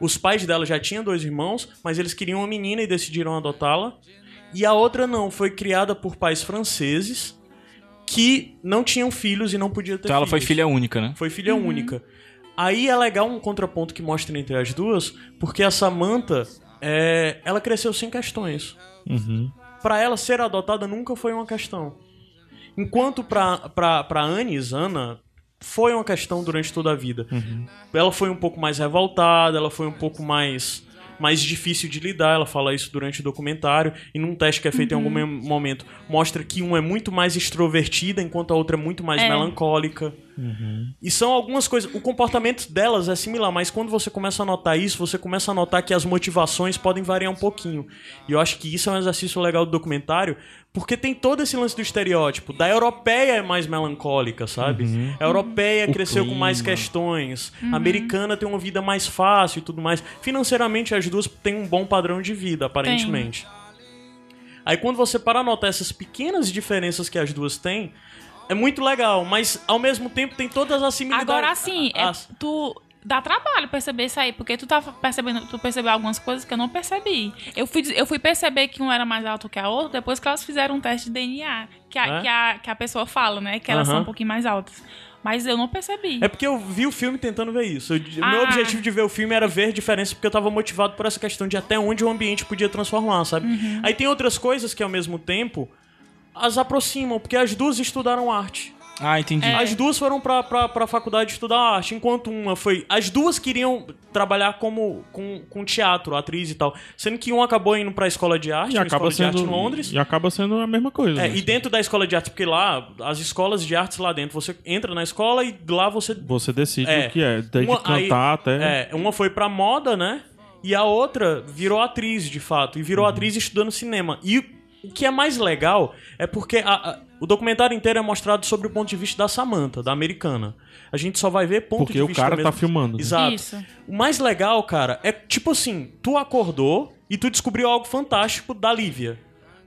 S2: Os pais dela já tinham dois irmãos, mas eles queriam uma menina e decidiram adotá-la. E a outra não, foi criada por pais franceses que não tinham filhos e não podia ter
S3: Então ela foi
S2: filhos.
S3: filha única, né?
S2: Foi filha única. Aí é legal um contraponto que mostra entre as duas, porque a Samantha, é, ela cresceu sem questões.
S5: Uhum.
S2: Pra ela ser adotada nunca foi uma questão. Enquanto pra, pra, pra Anis, Ana, foi uma questão durante toda a vida. Ela foi um pouco mais revoltada, ela foi um pouco mais mais difícil de lidar, ela fala isso durante o documentário, e num teste que é feito em algum mem- momento, mostra que uma é muito mais extrovertida, enquanto a outra é muito mais
S5: É.
S2: melancólica. E são algumas coisas. O comportamento delas é similar, mas quando você começa a notar isso, você começa a notar que as motivações podem variar um pouquinho. E eu acho que isso é um exercício legal do documentário, porque tem todo esse lance do estereótipo. Da europeia é mais melancólica, sabe? A europeia
S1: Uhum. O
S2: cresceu com mais
S1: clima.
S2: questões. A americana tem uma vida mais fácil e tudo mais. Financeiramente, as duas têm um bom padrão de vida, aparentemente. Aí quando você para a notar essas pequenas diferenças que as duas têm, é muito legal, mas ao mesmo tempo tem todas as similaridades.
S5: Agora sim, é-
S2: As-
S5: tu. Dá trabalho perceber isso aí, porque tu tá percebendo, tu percebeu algumas coisas que eu não percebi. Eu fui, eu fui perceber que um era mais alto que a outra depois que elas fizeram um teste de DNA. Que a,
S2: É?
S5: que a, que a pessoa fala, né? Que elas
S2: Aham.
S5: são um pouquinho mais altas. Mas eu não percebi.
S2: É porque eu vi o filme tentando ver isso. Eu- o
S5: Ah.
S2: Meu objetivo de ver o filme era ver a diferença, porque eu tava motivado por essa questão de até onde o ambiente podia transformar, sabe? Aí tem outras coisas que ao mesmo tempo as aproximam, porque as duas estudaram arte.
S3: Ah, entendi.
S5: É.
S2: As duas foram pra, pra, pra faculdade estudar arte, enquanto uma foi. As duas queriam trabalhar como com, com teatro, atriz e tal. Sendo que uma acabou indo pra escola de arte,
S1: E
S2: uma
S1: acaba
S2: escola um de
S1: sendo
S2: arte em Londres.
S1: E acaba sendo a mesma coisa.
S2: É,
S1: né?
S2: e dentro da escola de arte, porque lá, as escolas de artes lá dentro, você entra na escola e lá você.
S1: Você decide
S2: É.
S1: o que é, desde
S2: Uma-
S1: cantar
S2: aí-
S1: até.
S2: É, uma foi pra moda, né? E a outra virou atriz, de fato. E
S1: Uhum.
S2: virou atriz estudando cinema. E o que é mais legal é porque a- a- o documentário inteiro é mostrado sobre o ponto de vista da Samantha, da americana. A gente só vai ver ponto
S1: Porque
S2: de
S1: o
S2: vista
S1: cara
S2: mesmo.
S1: tá filmando, né?
S2: Exato.
S5: Isso.
S2: O mais legal, cara, é tipo assim, tu acordou e tu descobriu algo fantástico da Lívia.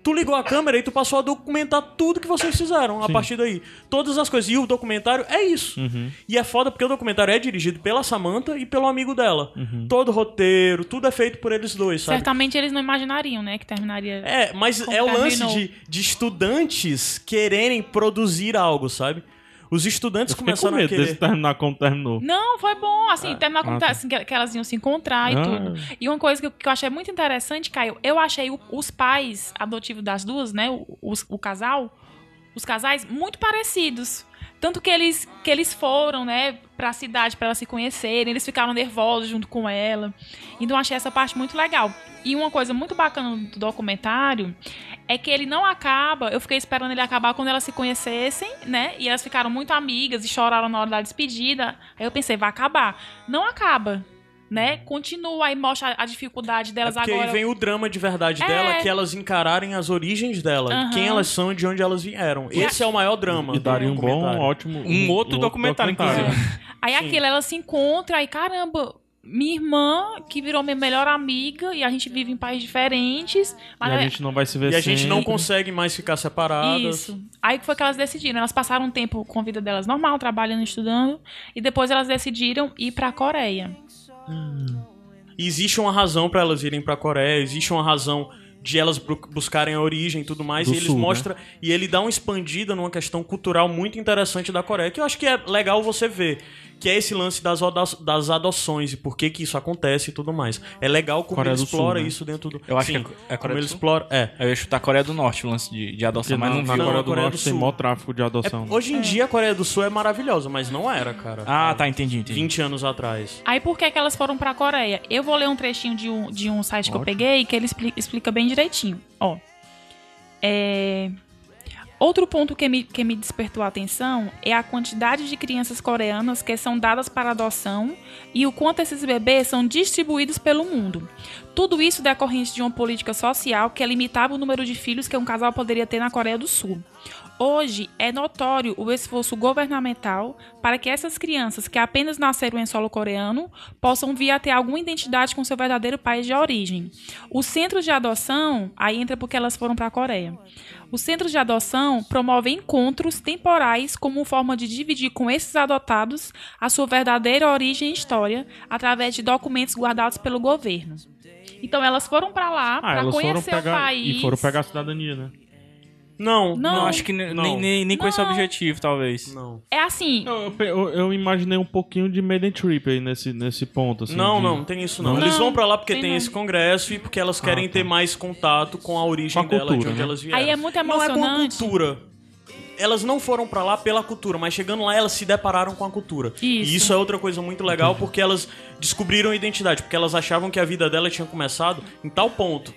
S2: Tu ligou a câmera e tu passou a documentar tudo que vocês fizeram a partir daí. Todas as coisas. E o documentário é isso.
S1: Uhum.
S2: E é foda porque o documentário é dirigido pela Samantha e pelo amigo dela.
S1: Uhum.
S2: Todo o roteiro, tudo é feito por eles dois, sabe?
S5: Certamente eles não imaginariam, né? Que terminaria.
S2: É, mas
S5: Como
S2: é o
S5: terminou.
S2: lance de, de estudantes quererem produzir algo, sabe? Os estudantes
S1: Eu fiquei com
S2: começaram a
S1: medo
S2: querer.
S1: desse terminar como terminou.
S5: Não, foi bom, assim, terminar com
S1: ah, tá.
S5: assim, que, que elas iam se encontrar e
S1: Ah.
S5: tudo. E uma coisa que eu, que eu achei muito interessante, Caio, eu achei o- os pais adotivos das duas, né? o- Os, o casal, os casais muito parecidos. Tanto que eles, que eles foram, né, pra cidade pra elas se conhecerem, eles ficaram nervosos junto com ela. Então eu achei essa parte muito legal. E uma coisa muito bacana do documentário é que ele não acaba, eu fiquei esperando ele acabar quando elas se conhecessem, né? E elas ficaram muito amigas e choraram na hora da despedida. Aí eu pensei, vai acabar. Não acaba, né? Continua aí mostra a dificuldade
S2: É
S5: delas
S2: porque
S5: agora.
S2: aí vem o drama de verdade
S5: É.
S2: dela, que elas encararem as origens dela,
S5: Aham.
S2: quem elas são e de onde elas vieram. Esse é o maior drama.
S1: E daria
S2: do
S1: um bom,
S2: documentário.
S1: ótimo.
S3: Um outro documentário, inclusive.
S5: Aí aquilo, ela se encontra, aí caramba, minha irmã, que virou minha melhor amiga, e a gente vive em países diferentes.
S1: E
S5: mas é-
S1: a gente não vai se ver
S2: E a gente não
S1: sempre.
S2: consegue mais ficar separadas.
S5: Isso. Aí que foi que elas decidiram. Elas passaram um tempo com a vida delas normal, trabalhando, estudando, e depois elas decidiram ir pra Coreia.
S2: E existe uma razão pra elas irem pra Coreia, existe uma razão de elas bu- buscarem a origem e tudo mais.
S1: Do
S2: e eles
S1: sul, né?
S2: mostram. E ele dá uma expandida numa questão cultural muito interessante da Coreia, que eu acho que é legal você ver. Que é esse lance das, oda- das adoções e por que, que isso acontece e tudo mais. É legal como
S1: Coreia
S2: ele
S1: do Sul,
S2: explora
S1: né?
S2: isso dentro do.
S3: Eu acho
S2: Sim,
S3: que é a Coreia
S2: como
S3: do
S2: ele
S3: Sul?
S2: explora. É.
S3: Eu ia chutar a Coreia do Norte, o lance de, de adoção,
S1: Porque
S3: mas
S1: na,
S3: não,
S1: na
S2: viu.
S3: vi.
S1: Coreia
S2: Não,
S1: do
S2: Coreia do
S1: Norte tem
S2: Sul.
S1: maior tráfico de
S2: É,
S1: adoção. né?
S2: hoje em dia a Coreia do Sul é maravilhosa, mas não era, cara.
S3: Ah, tá, entendi, entendi.
S2: 20 anos atrás.
S5: Aí por que, que elas foram pra Coreia? Eu vou ler um trechinho de um, de um site que eu peguei que ele expli- explica bem direitinho. Ó. É, Outro ponto que me, que me despertou a atenção é a quantidade de crianças coreanas que são dadas para adoção e o quanto esses bebês são distribuídos pelo mundo. Tudo isso decorrente de uma política social que limitava o número de filhos que um casal poderia ter na Coreia do Sul. Hoje é notório o esforço governamental para que essas crianças que apenas nasceram em solo coreano possam vir a ter alguma identidade com seu verdadeiro país de origem. Os centros de adoção, aí entra porque elas foram para a Coreia. Os centros de adoção promovem encontros temporais como forma de dividir com esses adotados a sua verdadeira origem e história através de documentos guardados pelo governo. Então elas foram para lá
S1: Ah,
S5: para
S1: elas foram
S5: conhecer o
S1: pegar
S5: país.
S1: e foram pegar a cidadania, né?
S2: Não,
S5: Não.
S3: Não, acho que ne-
S2: Não.
S3: nem, nem, nem com esse objetivo, talvez.
S2: Não.
S5: É assim,
S1: Eu, eu pe- eu- eu imaginei um pouquinho de Maiden Trip aí nesse, nesse ponto. Assim,
S2: Não,
S1: de-
S2: não, não tem isso não.
S1: Não?
S2: Eles vão pra lá porque
S5: tem
S2: tem
S5: não.
S2: esse congresso e porque elas querem ter mais contato com a origem
S1: Ah, tá. Com a
S2: dela, de
S1: cultura,
S2: onde
S1: né?
S2: elas vieram.
S5: Aí é muito
S2: Não é com a
S5: emocionante.
S2: cultura. Elas não foram pra lá pela cultura, mas chegando lá elas se depararam com a cultura. E
S5: Isso.
S2: isso é outra coisa muito legal porque elas descobriram a identidade, porque elas achavam que a vida dela tinha começado em tal ponto.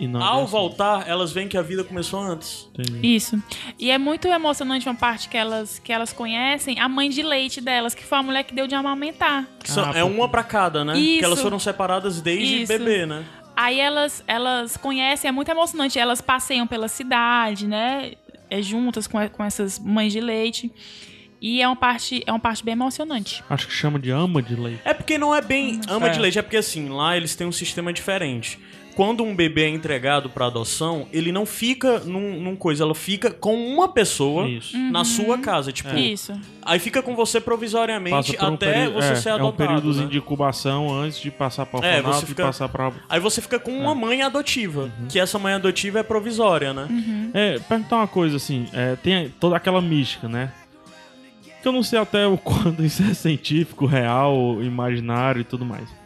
S1: E não é assim.
S2: Ao
S1: dessa.
S2: voltar, elas veem que a vida começou antes.
S1: Entendi.
S5: Isso. E é muito emocionante uma parte que elas, que elas conhecem, a mãe de leite delas, que foi a mulher que deu de amamentar.
S2: Que são- é uma pra cada, né? Porque
S5: Isso.
S2: elas foram separadas desde
S5: Isso.
S2: bebê, né?
S5: Aí elas, elas conhecem, é muito emocionante. Elas passeiam pela cidade, né? É, juntas com, com essas mães de leite. E é uma parte, é uma parte bem emocionante.
S1: Acho que chama de ama de leite.
S2: É porque não é
S5: Hum.
S2: bem ama
S3: É.
S2: de leite, é porque assim, lá eles têm um sistema diferente. Quando um bebê é entregado pra adoção, ele não fica num, num coisa, ela fica com uma pessoa
S1: Isso.
S5: Uhum.
S2: na sua casa, tipo,
S5: Isso.
S2: aí fica com você
S1: Passa
S2: provisoriamente
S1: por um
S2: até
S1: período-
S2: você
S1: é,
S2: ser
S1: É um
S2: adotado.
S1: períodozinho
S2: né?
S1: de incubação antes de passar pra
S2: É,
S1: orfanato
S2: você
S1: e
S2: fica-
S1: passar pra...
S2: Aí você fica com uma mãe adotiva, que essa mãe adotiva é provisória, né?
S1: É, perguntar uma coisa, assim, é, tem toda aquela mística, né? Que eu não sei até o *laughs* quanto isso é científico, real, imaginário e tudo mais.
S2: *laughs*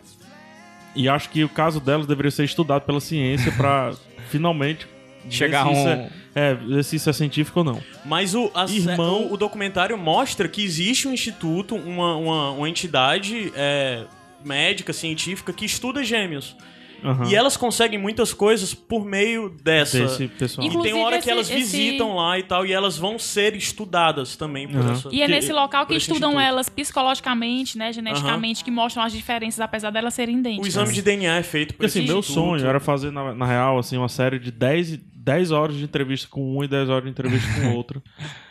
S1: E acho que o caso delas deveria ser estudado pela ciência pra finalmente
S3: Chegar
S1: Vê se
S3: um-
S1: isso É, é, se isso é científico ou não.
S2: Mas o, a-
S1: Irmão-
S2: o, o documentário mostra que existe um instituto, uma, uma, uma entidade é, médica, científica, que estuda gêmeos.
S1: Aham.
S2: E elas conseguem muitas coisas por meio dessa.
S1: Desse pessoal.
S2: E tem
S5: Inclusive,
S2: uma hora que
S5: esse-
S2: elas
S5: esse-
S2: visitam lá e tal, e elas vão ser estudadas também por
S1: Aham.
S2: essa.
S5: E é
S2: que-
S5: nesse local que
S2: por esse
S5: estudam
S2: instituto.
S5: elas psicologicamente, né, geneticamente, que mostram as diferenças, apesar delas serem
S2: O
S5: idênticas.
S2: exame de DNA é feito por
S1: Porque assim,
S2: esse
S1: meu
S2: instituto.
S1: sonho era fazer, na, na real, assim, uma série de 10, e- 10 horas de entrevista com um e 10 horas de entrevista
S3: *laughs*
S1: com outro.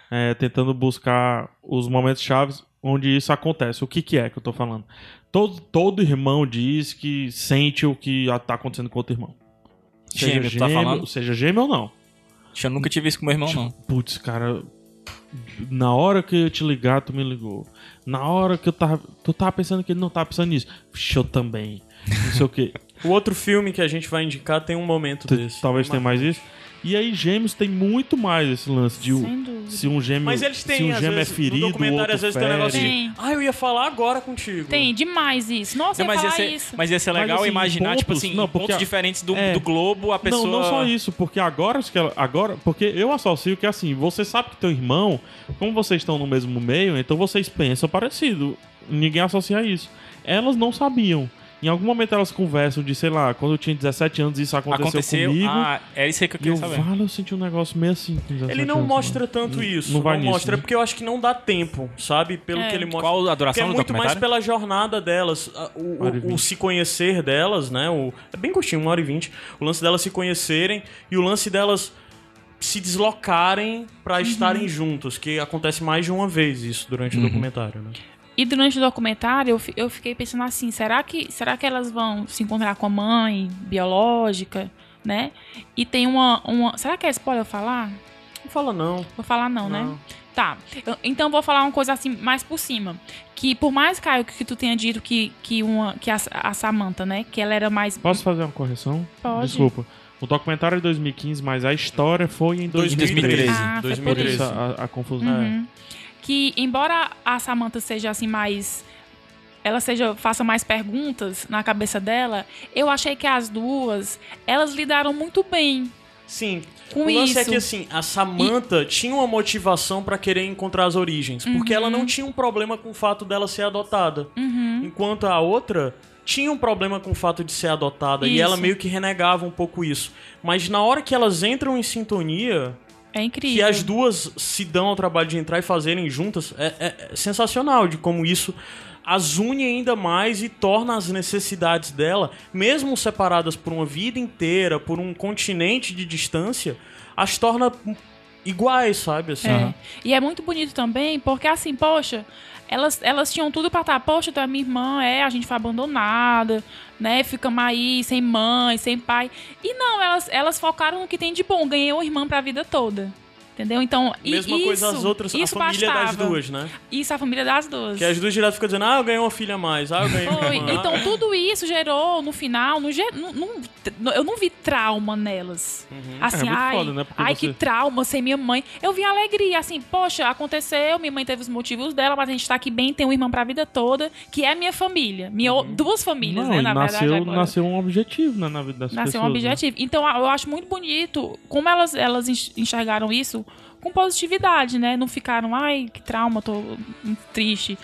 S1: é, tentando buscar os momentos chaves onde isso acontece. O que, que é que eu tô falando? Todo, todo irmão diz que sente o que a- tá acontecendo com outro irmão.
S3: Gêmeo, tu tá falando?
S1: é Seja gêmeo Tipo, ou não.
S3: Eu nunca tive isso com meu irmão, não.
S1: Putz, cara, na hora que eu ia te ligar, tu me ligou. Na hora que eu tava. Tu tava pensando que ele não tava pensando nisso. Vixe, eu também. Não sei o quê.
S2: O outro filme que a gente vai indicar tem um momento
S1: T-
S2: desse.
S1: Talvez tenha mais isso. E aí, gêmeos tem muito mais esse lance de um-
S5: Sem dúvida.
S1: se um gêmeo,
S2: Mas eles têm,
S1: se um
S2: às
S1: gêmeo
S2: vezes,
S1: é ferido,
S2: no
S1: o
S2: documentário
S1: outro
S2: às vezes tem um negócio
S1: fere.
S5: Tem.
S2: de, ah, eu ia falar agora contigo.
S5: Tem demais isso. Nossa, eu ia
S3: mas, ia
S5: falar
S2: é
S3: ser,
S5: isso.
S3: mas ia ser
S1: Mas,
S3: legal
S1: assim,
S3: imaginar, tipo
S1: pontos-
S3: assim,
S1: não,
S3: em
S1: porque
S3: pontos
S1: a-
S3: diferentes do,
S1: é.
S3: do globo, a pessoa...
S1: Não, não só isso, porque agora, os que ela- agora, porque eu associo que assim, você sabe que teu irmão, como vocês estão no mesmo meio, então vocês pensam parecido. Ninguém associa isso. Elas não sabiam. Em algum momento elas conversam de, sei lá, quando eu tinha 17 anos isso aconteceu,
S3: Aconteceu,
S1: comigo.
S3: ah, é isso aí que eu
S1: e eu
S3: queria saber.
S1: vale, eu senti um negócio meio assim. com 17
S2: Ele não
S1: anos,
S2: mostra
S1: né?
S2: tanto
S1: Não-
S2: isso.
S1: Não vai nisso,
S2: mostra, é
S1: né?
S2: porque eu acho que não dá tempo, sabe? Pelo
S5: É.
S2: que ele mostra.
S3: Qual a
S2: Porque é
S3: duração do
S2: muito mais
S3: documentário?
S2: pela jornada delas, a- o,
S1: Hora e
S2: o- o
S1: vinte.
S2: se conhecer delas, né? O, é bem curtinho, uma hora e vinte. O lance delas se conhecerem e o lance delas se deslocarem pra estarem juntos, que acontece mais de uma vez isso durante
S1: Uhum.
S2: o documentário, né?
S5: E durante o documentário eu, fi- eu fiquei pensando assim, será que será que elas vão se encontrar com a mãe biológica, né? E tem uma, uma será que é spoiler eu falar?
S2: Não fala não.
S5: Vou falar não, né?
S2: Não.
S5: Tá. Eu- Então vou falar uma coisa assim mais por cima, que por mais Caio que tu tenha dito que que uma que a, a Samantha, né, que ela era mais
S1: Posso fazer uma correção?
S5: Pode.
S1: Desculpa. O documentário é de 2015, mas a história foi em 2013.
S2: 2013.
S5: Ah, foi por
S1: Por isso
S2: 2013.
S1: a, a confusão. é.
S5: Uhum. Que embora a Samantha seja assim mais ela seja faça mais perguntas na cabeça dela, eu achei que as duas elas lidaram muito bem
S2: Sim.
S5: com
S2: o lance
S5: isso.
S2: é que assim, a Samantha tinha uma motivação pra querer encontrar as origens, porque ela
S5: Uhum.
S2: não tinha um problema com o fato dela ser adotada. Enquanto a outra tinha um problema com o fato de ser adotada e
S5: Isso.
S2: ela meio que renegava um pouco isso. Mas na hora que elas entram em sintonia,
S5: É incrível.
S2: que as duas se dão ao trabalho de entrar e fazerem juntas, é, é- é sensacional de como isso as une ainda mais e torna as necessidades dela, mesmo separadas por uma vida inteira, por um continente de distância, as torna iguais, sabe? Assim.
S5: É. E é muito bonito também, porque assim, poxa, elas, elas tinham tudo pra estar, poxa, tu é minha irmã, é, a gente foi abandonada, né? Ficamos aí sem mãe, sem pai. E não, elas, elas focaram no que tem de bom, ganhei uma irmã pra vida toda. Entendeu? Então, e
S2: Mesma
S5: isso,
S2: coisa as outras, a
S5: isso
S2: família das
S5: bastava.
S2: duas, né?
S5: Isso, a família das duas.
S2: Que as duas direto ficam dizendo, ah, eu ganhei uma filha a mais, ah, eu ganhei uma
S5: Foi.
S2: irmã.
S5: Então, tudo isso gerou, no final, não ger- não- não- eu não vi trauma nelas. Assim,
S1: É, muito
S5: ai,
S1: foda, né? Porque
S5: ai
S1: você-
S5: que trauma sem minha mãe. Eu vi alegria, assim, poxa, aconteceu, minha mãe teve os motivos dela, mas a gente tá aqui bem, tem um irmão pra vida toda, que é minha família. Minha, o- Duas famílias,
S1: Uhum. Não,
S5: né,
S1: e
S5: na
S1: nasceu,
S5: verdade. Agora.
S1: nasceu um objetivo né, na vida das
S5: Nasceu
S1: pessoas.
S5: um
S1: né?
S5: objetivo. Então, a- eu acho muito bonito como elas, elas enx- enxergaram isso com positividade, né? Não ficaram, ai, que trauma, tô hum, triste.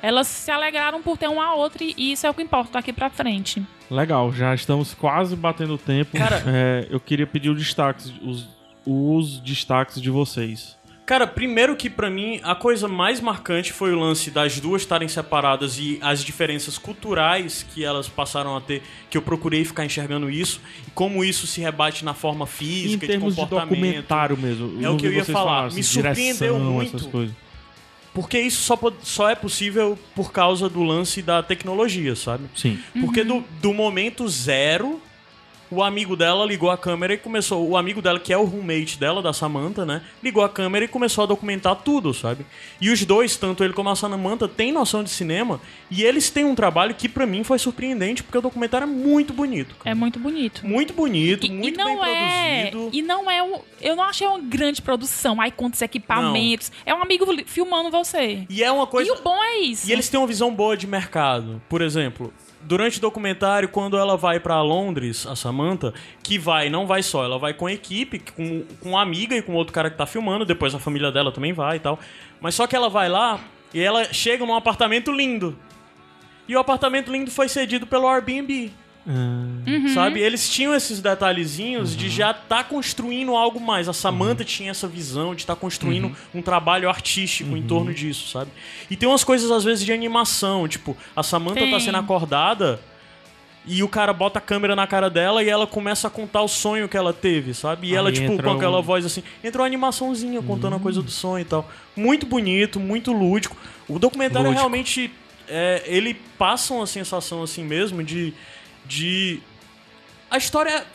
S5: Elas se alegraram por ter uma a outra e isso é o que importa daqui pra frente.
S1: Legal, já estamos quase batendo o tempo.
S2: Cara-
S1: *laughs* É, eu queria pedir os destaques, os, os destaques de vocês.
S2: Cara, primeiro que pra mim a coisa mais marcante foi o lance das duas estarem separadas e as diferenças culturais que elas passaram a ter, que eu procurei ficar enxergando isso, e como isso se rebate na forma
S1: em
S2: física, de
S1: termos de,
S2: comportamento.
S1: documentário mesmo.
S2: É
S1: não
S2: o que
S1: vi
S2: eu ia
S1: vocês
S2: falar,
S1: assim,
S2: me surpreendeu
S1: direção,
S2: muito.
S1: Essas coisas.
S2: Porque isso só, po- só é possível por causa do lance da tecnologia, sabe?
S1: Sim.
S2: Porque
S5: Uhum.
S2: do, do momento zero, o amigo dela ligou a câmera e começou. O amigo dela, que é o roommate dela, da Samantha, né? Ligou a câmera e começou a documentar tudo, sabe? E os dois, tanto ele como a Samantha, têm noção de cinema e eles têm um trabalho que pra mim foi surpreendente, porque o documentário é muito bonito. cara.
S5: É muito bonito.
S2: Muito bonito,
S5: E- e,
S2: muito
S5: não
S2: bem
S5: é,
S2: produzido.
S5: E não é um. Eu não achei uma grande produção. Aí quantos equipamentos. É um amigo li- filmando você.
S2: E é uma coisa.
S5: E o bom é isso.
S2: E eles têm uma visão boa de mercado. Por exemplo, durante o documentário, quando ela vai pra Londres, a Samantha, que vai, não vai só, ela vai com a equipe, com, com a amiga e com outro cara que tá filmando, depois a família dela também vai e tal. Mas só que ela vai lá e ela chega num apartamento lindo. E o apartamento lindo foi cedido pelo Airbnb. Sabe? Eles tinham esses detalhezinhos de já tá construindo algo mais. A Samantha tinha essa visão de estar construindo um trabalho artístico em torno disso, sabe? E tem umas coisas, às vezes, de animação. Tipo, a Samantha tá
S5: Tem.
S2: sendo acordada e o cara bota a câmera na cara dela e ela começa a contar o sonho que ela teve, sabe? E
S1: Aí
S2: ela, tipo,
S1: entra
S2: com aquela
S1: um-
S2: voz assim, entra uma animaçãozinha contando a coisa do sonho e tal. Muito bonito, muito lúdico. O documentário
S1: Lúdico.
S2: realmente. é, ele passa uma sensação assim mesmo de. de a história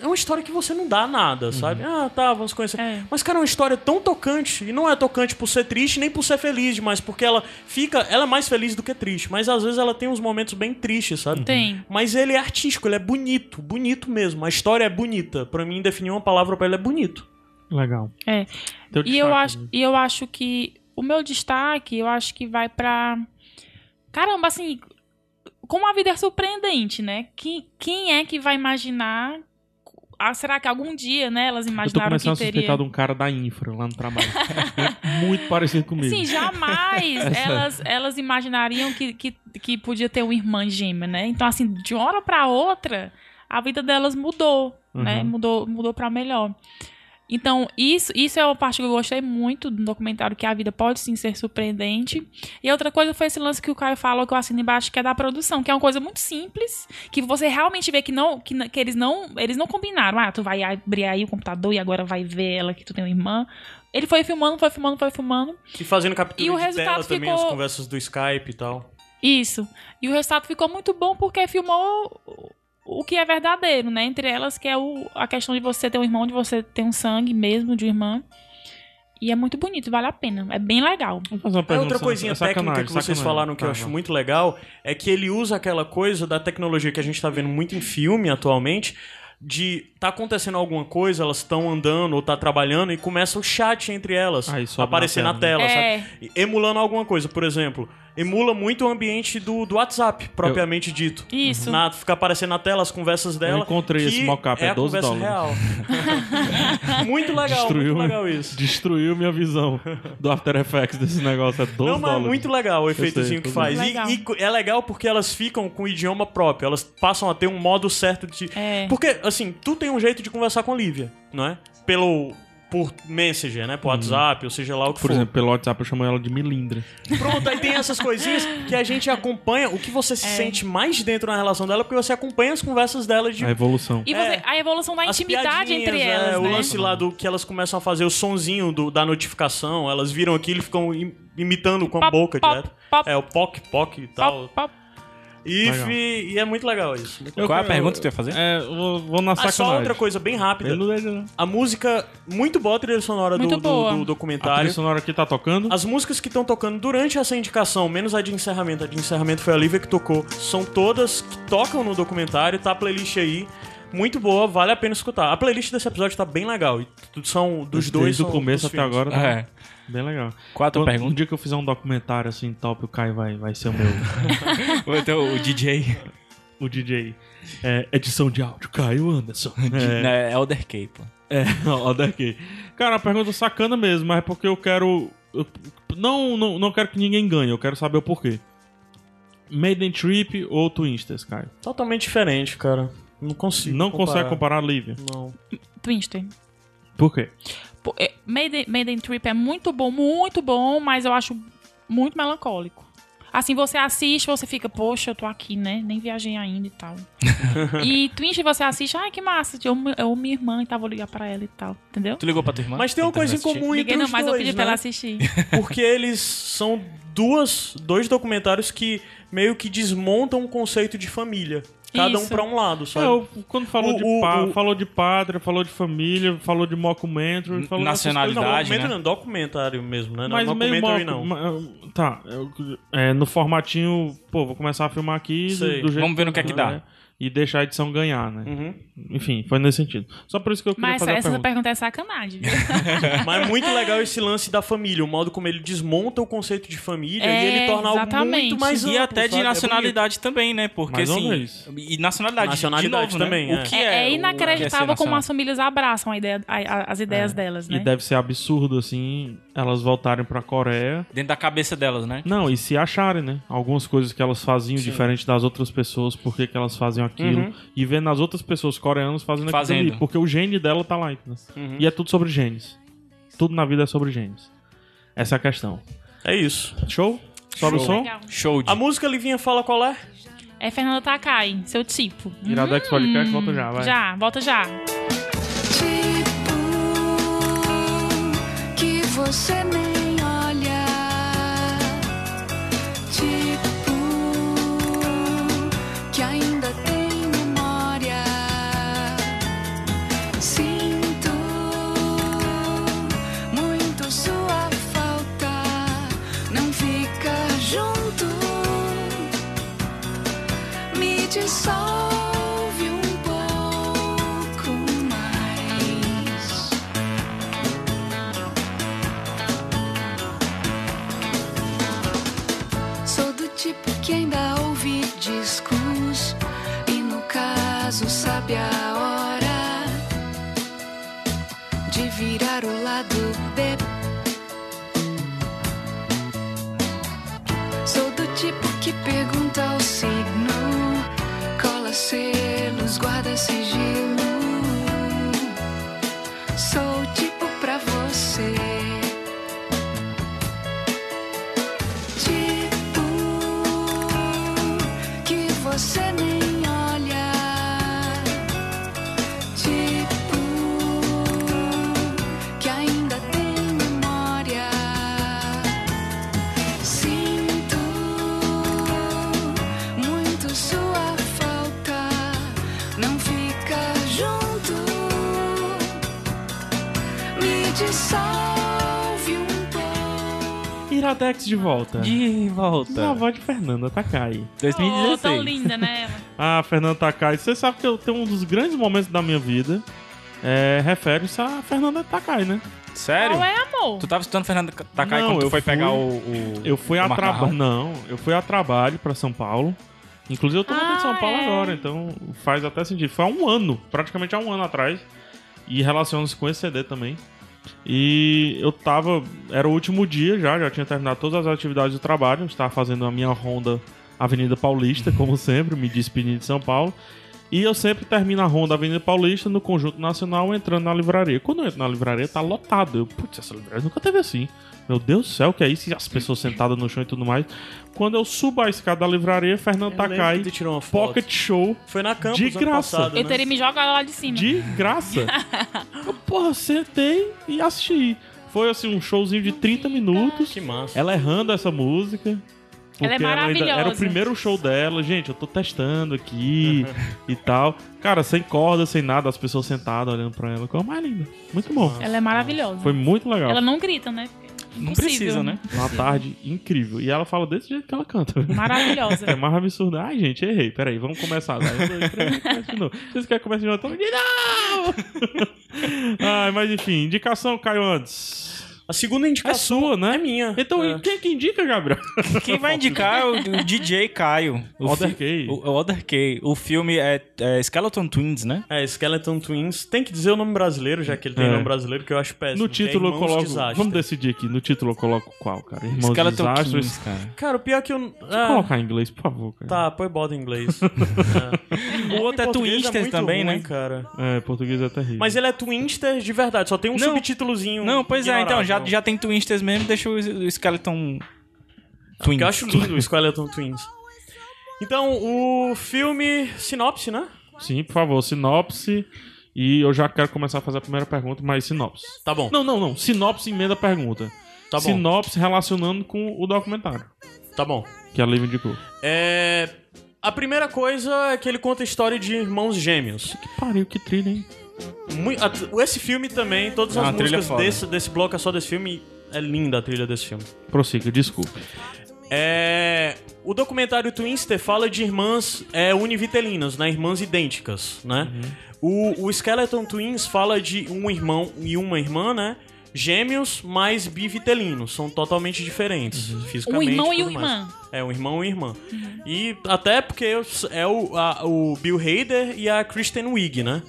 S2: é uma história que você não dá nada,
S1: Uhum.
S2: sabe? Ah, tá, vamos conhecer.
S5: É.
S2: Mas, cara, é uma história tão tocante, e não é tocante por ser triste, nem por ser feliz, mas porque ela fica. Ela é mais feliz do que triste. Mas às vezes ela tem uns momentos bem tristes, sabe?
S5: Tem.
S2: Mas ele é artístico, ele é bonito, bonito mesmo. A história é bonita. Pra mim, definir uma palavra pra ele é bonito.
S1: Legal.
S5: É.
S1: Teu
S5: E eu,
S1: destaque,
S5: acho, e eu acho que o meu destaque, eu acho que vai pra. Caramba, assim, como a vida é surpreendente, né? Quem, quem é que vai imaginar? Ah, será que algum dia, né, elas
S1: Eu tô
S5: imaginaram
S1: começando a
S5: que teria?
S1: suspeitar de um cara da infra lá no trabalho. *laughs* É Muito parecido comigo.
S5: Sim,
S1: *laughs*
S5: jamais elas, elas imaginariam que, que, que podia ter uma irmã gêmea, né? Então, assim, de uma hora pra outra, a vida delas mudou, né?
S1: Uhum.
S5: Mudou, mudou pra melhor. Então, isso, isso é uma parte que eu gostei muito do documentário, que a vida pode sim ser surpreendente. E outra coisa foi esse lance que o Caio falou, que eu assino embaixo, que é da produção, que é uma coisa muito simples, que você realmente vê que não que, n- que eles não eles não combinaram. Ah, tu vai abrir aí o computador e agora vai ver ela que tu tem uma irmã. Ele foi filmando, foi filmando, foi filmando.
S2: E fazendo captura
S5: E o
S2: de
S5: resultado
S2: tela também,
S5: ficou-
S2: as conversas do Skype e tal.
S5: Isso. E o resultado ficou muito bom porque filmou o o que é verdadeiro, né? Entre elas, que é o, a questão de você ter um irmão, de você ter um sangue mesmo de irmã. E é muito bonito, vale a pena. É bem legal.
S1: Vamos fazer uma
S2: Aí
S1: pergunta.
S2: outra coisinha
S1: é
S2: técnica
S1: sacanagem,
S2: que vocês
S1: sacanagem.
S2: falaram que eu
S1: Tá,
S2: acho
S1: vai.
S2: muito legal é que ele usa aquela coisa da tecnologia que a gente tá vendo muito em filme atualmente. De tá acontecendo alguma coisa, elas estão andando ou tá trabalhando e começa o chat entre elas
S1: Ah, isso
S2: a aparecer na
S1: abre na
S2: tela, sabe?
S5: é,
S2: Emulando alguma coisa, por exemplo, emula muito o ambiente do, do WhatsApp, propriamente dito.
S5: isso.
S2: Na, fica aparecendo na tela as conversas dela.
S1: encontrei
S2: que
S1: esse mockup,
S2: é
S1: é
S2: a
S1: 12
S2: conversa
S1: dólares.
S2: real. *laughs* muito legal,
S1: Destruiu. um
S2: muito legal isso.
S1: Destruiu minha visão do After Effects desse negócio. É 12
S2: Não, mas é
S1: dólares.
S2: muito legal o efeitozinho
S1: sei,
S2: que
S1: tô
S2: faz. E,
S5: Legal.
S2: e co- é legal porque elas ficam com o idioma próprio, elas passam a ter um modo certo de.
S5: É.
S2: Porque, assim, tu tem um jeito de conversar com a Lívia, não é? Pelo. Por Messenger, né? Por WhatsApp, ou seja lá o que
S1: Uhum. Por
S2: for.
S1: exemplo, pelo WhatsApp eu chamo ela de Milindra.
S2: Pronto, aí tem essas coisinhas que a gente acompanha o que você
S5: É.
S2: se sente mais dentro na relação dela, porque você acompanha as conversas dela de
S1: A evolução.
S5: E você-
S2: É.
S5: a evolução da
S2: As
S5: intimidade
S2: piadinhas,
S5: entre
S2: é,
S5: elas,
S2: O
S5: né?
S2: lance lá do que elas começam a fazer o sonzinho do- da notificação, elas viram aquilo e ficam im- imitando com a
S5: Pop,
S2: boca
S5: pop,
S2: direto.
S5: pop.
S2: é, o poc, poc e tal.
S5: Pop, pop.
S2: If,
S1: Legal.
S2: e é muito legal isso. Muito legal.
S3: Qual é a
S1: eu-
S3: pergunta que tu ia fazer?
S1: É, vou, vou na
S2: Ah,
S1: sacanagem.
S2: só outra coisa bem rápida.
S1: Ele não deixa, né? não.
S2: A música, muito boa a trilha sonora do,
S5: Muito
S2: do-
S5: boa.
S2: do
S1: A trilha
S2: documentário.
S1: sonora aqui tá tocando.
S2: As músicas que estão tocando durante essa indicação, menos a de encerramento, a de encerramento foi a Lívia que tocou, são todas que tocam no documentário, tá a playlist aí. Muito boa, vale a pena escutar. A playlist desse episódio tá bem legal. E tudo são dos dois.
S1: Desde o
S2: são
S1: começo
S2: dos
S1: até
S2: filmes.
S1: agora. Tá
S3: É.
S1: Bem legal.
S3: Qual a tua
S1: Quando- Um
S3: pergunta?
S1: dia que eu fizer um documentário assim top, o Kai vai, vai ser o meu. *laughs*
S3: o, o DJ
S1: o DJ. É, edição de áudio, Caio Anderson. É,
S3: é, é Elder K, pô.
S1: É, ó, daqui. Cara, a pergunta sacana mesmo, mas é porque eu quero. eu não, não, não quero que ninguém ganhe, eu quero saber o porquê. Maiden Trip ou Twinsters, cara?
S2: Totalmente diferente, cara. Não consigo.
S1: não consegue comparar a Lívia.
S2: Não.
S5: Twister.
S1: Por quê?
S5: Pô, é, Maiden, Maiden Trip é muito bom, muito bom, mas eu acho muito melancólico. Assim, você assiste, você fica, poxa, eu tô aqui, né? Nem viajei ainda e tal. e Twinch você assiste, ai, que massa, eu amo- eu amo minha irmã e tá, vou ligar pra ela e tal, entendeu?
S3: Tu ligou pra tua irmã?
S2: Mas tem uma
S3: Pra
S2: coisa em
S3: assistir?
S2: comum entre
S5: Liguei não,
S2: os
S5: mas
S2: dois,
S5: eu pedi
S2: né?
S5: pra ela assistir.
S2: porque eles são duas, dois documentários que meio que desmontam o conceito de família. Cada um
S5: Isso.
S2: pra um lado, sabe?
S1: É, o- quando falou,
S2: O-
S1: de
S2: o-
S1: pa-
S2: o-
S1: falou de padre, falou de família, falou de mockumentary,
S3: N-
S1: falou dessas
S3: nacionalidade,
S2: Não,
S3: Verdade,
S2: documentário,
S3: né?
S2: não, documentário mesmo, né? Não,
S1: Mas meio mock,
S2: documentary não.
S1: ma- Tá, eu- é, no formatinho, pô, vou começar a filmar aqui
S2: Sei.
S1: do jeito
S3: Vamos ver no que é que dá.
S1: né? e deixar a edição ganhar, né?
S2: Uhum.
S1: Enfim, foi nesse sentido. Só por isso que eu queria
S5: Mas
S1: fazer a
S5: essa
S1: pergunta.
S5: pergunta é sacanagem. viu?
S2: Mas é muito legal esse lance da família, o modo como ele desmonta o conceito de família
S5: É,
S2: e ele torna
S5: exatamente.
S2: algo muito mais
S5: Mas
S3: e
S2: amplo,
S3: até de
S2: sabe? É
S3: nacionalidade também, né? Porque
S1: Mais uma
S3: assim.
S1: vez.
S3: E nacionalidade,
S2: Nacionalidade
S3: de novo, né?
S2: também, é.
S3: O que
S5: É,
S3: é,
S5: é
S3: o-
S5: inacreditável
S3: o que é ser
S5: como as famílias abraçam a ideia- a- a- as ideias delas,
S1: E
S5: né?
S1: deve ser absurdo, assim, elas voltarem pra Coreia.
S3: nacional? Dentro da cabeça delas, né?
S1: Não, e se acharem, né? Algumas coisas que elas faziam diferente das outras pessoas, por que que elas fazem aquilo. E vendo as outras pessoas coreanas fazendo, aquilo
S3: Fazendo.
S1: ali, Porque o gene dela tá lá. entendeu?
S2: Uhum.
S1: E é tudo sobre genes. Tudo na vida é sobre genes. Essa é a questão.
S2: É isso.
S1: Show? Sobe o som?
S5: Legal.
S3: Show de.
S2: A música Livinha fala qual é?
S5: É Fernanda Takai, seu tipo.
S1: Iradex Podcast, volta já, vai.
S5: Já, volta já.
S7: Tipo que você nem olha, tipo que ainda tem memória. Sinto muito sua falta, não fica junto, me dissolve um pouco mais. Sou do tipo que ainda ouve discos e no caso sabe a hora de virar o lado B. Sou do tipo que pergunta o signo, cola selos, guarda sigilo. Sou o tipo pra você. Tipo que você nem olha. Tipo que ainda tem memória. Sinto muito sua falta, não fica junto, me dissolve um pouco.
S1: Iradex de volta.
S3: De volta.
S1: Na voz de Fernanda tá Takai.
S5: Oh, tão
S3: 2016.
S5: linda, né? ela?
S1: Ah, Fernanda Takai. Você sabe que eu tenho um dos grandes momentos da minha vida. É, refere-se a Fernanda Takai, né?
S3: Sério?
S5: Qual é, amor?
S3: Tu tava estudando Fernando Takai
S1: Não,
S3: quando
S1: eu
S3: tu foi
S1: fui-
S3: pegar o, o-
S1: Eu fui
S3: o
S1: a
S3: macarrão?
S1: trabalho. Não, eu fui a trabalho pra São Paulo. Inclusive eu tô morando em
S5: Ah,
S1: São Paulo
S5: é.
S1: agora, então faz até sentido. Foi há um ano, praticamente há um ano atrás. E relaciona-se com esse CD também. E eu tava. Era o último dia já, já tinha terminado todas as atividades do trabalho. Estava fazendo a minha ronda Avenida Paulista, como *laughs* sempre, me despedindo de São Paulo. E eu sempre termino a ronda Avenida Paulista no Conjunto Nacional entrando na livraria. Quando eu entro na livraria, tá lotado. Eu, putz, essa livraria nunca teve assim. Meu Deus do céu, que é isso? E As pessoas sentadas no chão e tudo mais. Quando eu subo a escada da livraria, Fernando
S2: Eu lembro
S1: Takai,
S2: que tu tirou uma foto.
S1: Tá Pocket Show,
S2: Foi na campus
S1: De
S2: ano
S1: graça.
S2: passado,
S5: Eu
S2: né?
S5: teria me jogado lá de cima.
S1: de
S2: *laughs*
S1: graça. Eu, porra, sentei e assisti. Foi assim, um showzinho de 30 minutos.
S2: Que massa.
S1: Ela errando essa música.
S5: Ela é
S1: porque ainda- era o
S5: maravilhosa.
S1: primeiro show dela, gente. Eu tô testando
S3: *laughs*
S1: aqui e tal. Cara, sem corda, sem nada, as pessoas sentadas olhando pra ela. Coisa mais linda. Muito bom.
S5: Ela é maravilhosa.
S1: Foi muito legal.
S5: Ela não grita, né?
S3: Não
S5: Impossível.
S3: precisa, né?
S1: Uma tarde incrível. E ela fala desse jeito que ela canta. *laughs*
S2: *laughs*
S5: Maravilhosa.
S1: É mais absurdo. Ai, gente, errei. Peraí, vamos começar. Vai, um, dois, três, começa de novo. Vocês querem começar de novo? Então, de
S3: *laughs*
S1: novo! Ai, mas enfim, indicação, Caio antes.
S2: A segunda
S1: É
S2: indicação
S1: sua, né?
S2: é minha.
S1: Então,
S2: É.
S1: quem que indica, Gabriel?
S3: Quem vai indicar é o, o DJ Caio. O
S1: Other
S3: fi-
S1: Kay.
S3: O, o Other Kay. O filme é, é Skeleton Twins, né?
S2: É, Skeleton Twins. Tem que dizer o nome brasileiro, já que ele tem
S1: É.
S2: nome brasileiro, que eu acho péssimo.
S1: No
S2: que é
S1: título eu
S2: Irmãos
S1: coloco.
S2: Desastre.
S1: Vamos decidir aqui. No título eu coloco qual, cara? Irmãos
S3: Skeleton
S1: Desastres.
S3: Twins, cara.
S2: Cara, o pior é que eu...
S1: Deixa eu
S2: Ah,
S1: colocar em inglês, por favor, cara.
S2: tá, põe bota em
S3: *laughs*
S2: inglês. É.
S3: O outro é
S2: Em português
S3: Twisters
S2: muito
S3: também,
S2: ruim,
S3: né?
S2: cara.
S1: É, português é terrível.
S2: Mas ele é Twinster de verdade, só tem um
S3: Não.
S2: subtítulozinho.
S3: Não, pois é, então,
S2: ignorável.
S3: já, já tem Twinsters mesmo, deixa o, o Skeleton
S2: Porque
S3: Twins.
S2: eu acho lindo o Skeleton Twins. Então, o filme Sinopse, né?
S1: Sim, por favor, sinopse. E eu já quero começar a fazer a primeira pergunta, mas sinopse.
S2: Tá bom,
S1: Não, não, não. Sinopse emenda a pergunta.
S2: tá bom,
S1: Sinopse relacionando com o documentário
S2: tá bom.
S1: que a Liv indicou.
S2: É... A primeira coisa é que ele conta a história de irmãos gêmeos.
S1: Pariu, que trilha, hein?
S2: Mui- a- esse filme também, todas
S3: Ah,
S2: as
S3: a trilha é
S2: músicas
S3: foda.
S2: desse, desse bloco é só desse filme. É linda a trilha desse filme.
S1: Prossiga, desculpe.
S2: É, o documentário Twinster fala de irmãs é, univitelinas, né? Irmãs idênticas, né?
S1: Uhum.
S2: O, o Skeleton Twins fala de um irmão e uma irmã, né? Gêmeos mais bivitelinos, são totalmente diferentes
S1: Uhum.
S5: Um
S2: fisicamente.
S5: irmão e
S2: tudo
S5: uma
S2: mais.
S5: irmã. Uhum.
S2: É, um irmão e irmã. E até porque é o, a- o Bill Hader e a Kristen Wiig, né?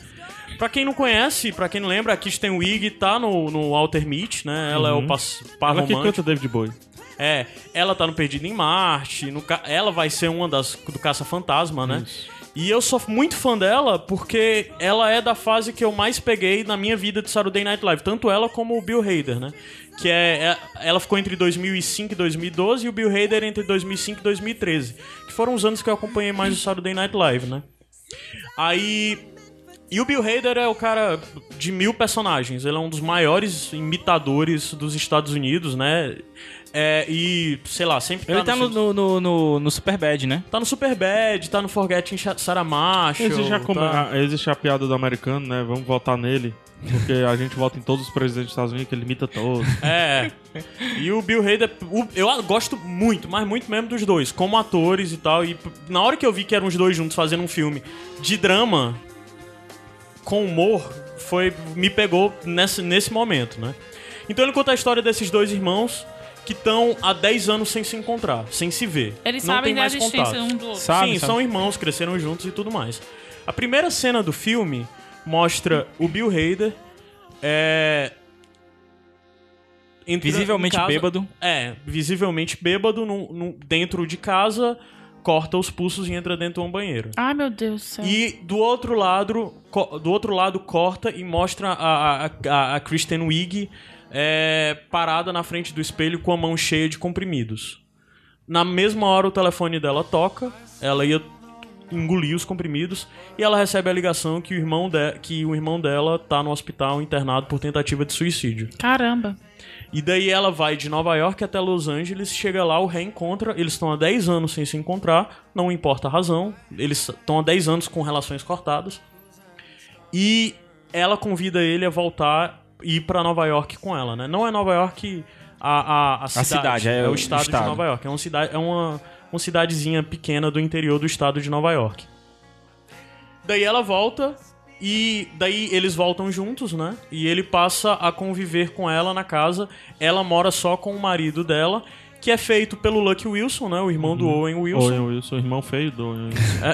S2: Pra quem não conhece, pra quem não lembra, a Kristen Wiig tá no, no Alter Meat, né? Ela é o pas, par
S1: Uhum. Ela que
S2: romântico.
S1: canta David Bowie.
S2: É, ela tá no Perdido em Marte, no ca- ela vai ser uma das do Caça-Fantasma, né? E eu sou muito fã dela porque ela é da fase que eu mais peguei na minha vida de Saturday Night Live, tanto ela como o Bill Hader, né? Que é, é- ela ficou entre 2005 e 2012 e o Bill Hader entre 2005 e 2013, que foram os anos que eu acompanhei mais o Saturday Night Live, né? Aí e o Bill Hader é o cara de mil personagens. Ele é um dos maiores imitadores dos Estados Unidos, né? É, e, sei lá, sempre tá
S3: Ele tá no,
S2: filme-
S3: no, no, no, no Superbad, né?
S2: Tá no Superbad, tá no Forgetting Sha- Sarah Marshall.
S1: Existe a, come-
S2: tá...
S1: a- existe a piada do americano, né? Vamos votar nele. Porque a gente vota em todos os presidentes dos Estados Unidos, que ele imita todos.
S2: É. E o Bill Hader, o- eu gosto muito, mas muito mesmo dos dois, como atores e tal. E p- na hora que eu vi que eram os dois juntos fazendo um filme de drama com humor, foi me pegou nesse, nesse momento, né? Então ele conta a história desses dois irmãos que estão há 10 anos sem se encontrar, sem se ver.
S5: Eles
S2: Não
S5: sabem
S2: tem
S5: da
S2: mais
S5: existência
S2: contato.
S5: um do outro.
S3: Sabe,
S2: Sim,
S3: sabe.
S2: são irmãos, cresceram juntos e tudo mais. A primeira cena do filme mostra o Bill Hader é, entra
S3: Visivelmente
S2: em casa-
S3: bêbado.
S2: É, visivelmente bêbado num- num- dentro de casa, corta os pulsos e entra dentro de um banheiro.
S5: Ai, meu Deus do céu.
S2: E do outro lado, co- do outro lado corta e mostra a, a, a, a Kristen Wiig é, parada na frente do espelho com a mão cheia de comprimidos. Na mesma hora o telefone dela toca, ela ia engolir os comprimidos e ela recebe a ligação que o irmão, de- que o irmão dela tá no hospital internado por tentativa de suicídio.
S5: Caramba.
S2: E daí ela vai de Nova York até Los Angeles, chega lá, o reencontra, eles estão há 10 anos sem se encontrar, não importa a razão, eles estão há 10 anos com relações cortadas. E ela convida ele a voltar e ir pra Nova York com ela, né? Não é Nova York a, a, a cidade,
S3: cidade, é
S2: o
S3: o
S2: estado,
S3: estado.
S2: de Nova York. É uma, cidade, é uma, uma cidadezinha pequena do interior do estado de Nova York. Daí ela volta e daí eles voltam juntos, né? E ele passa a conviver com ela na casa. Ela mora só com o marido dela, que é feito pelo Lucky Wilson, né? O irmão do
S3: Uhum.
S2: Owen Wilson.
S1: Owen Wilson, irmão feio do Owen Wilson.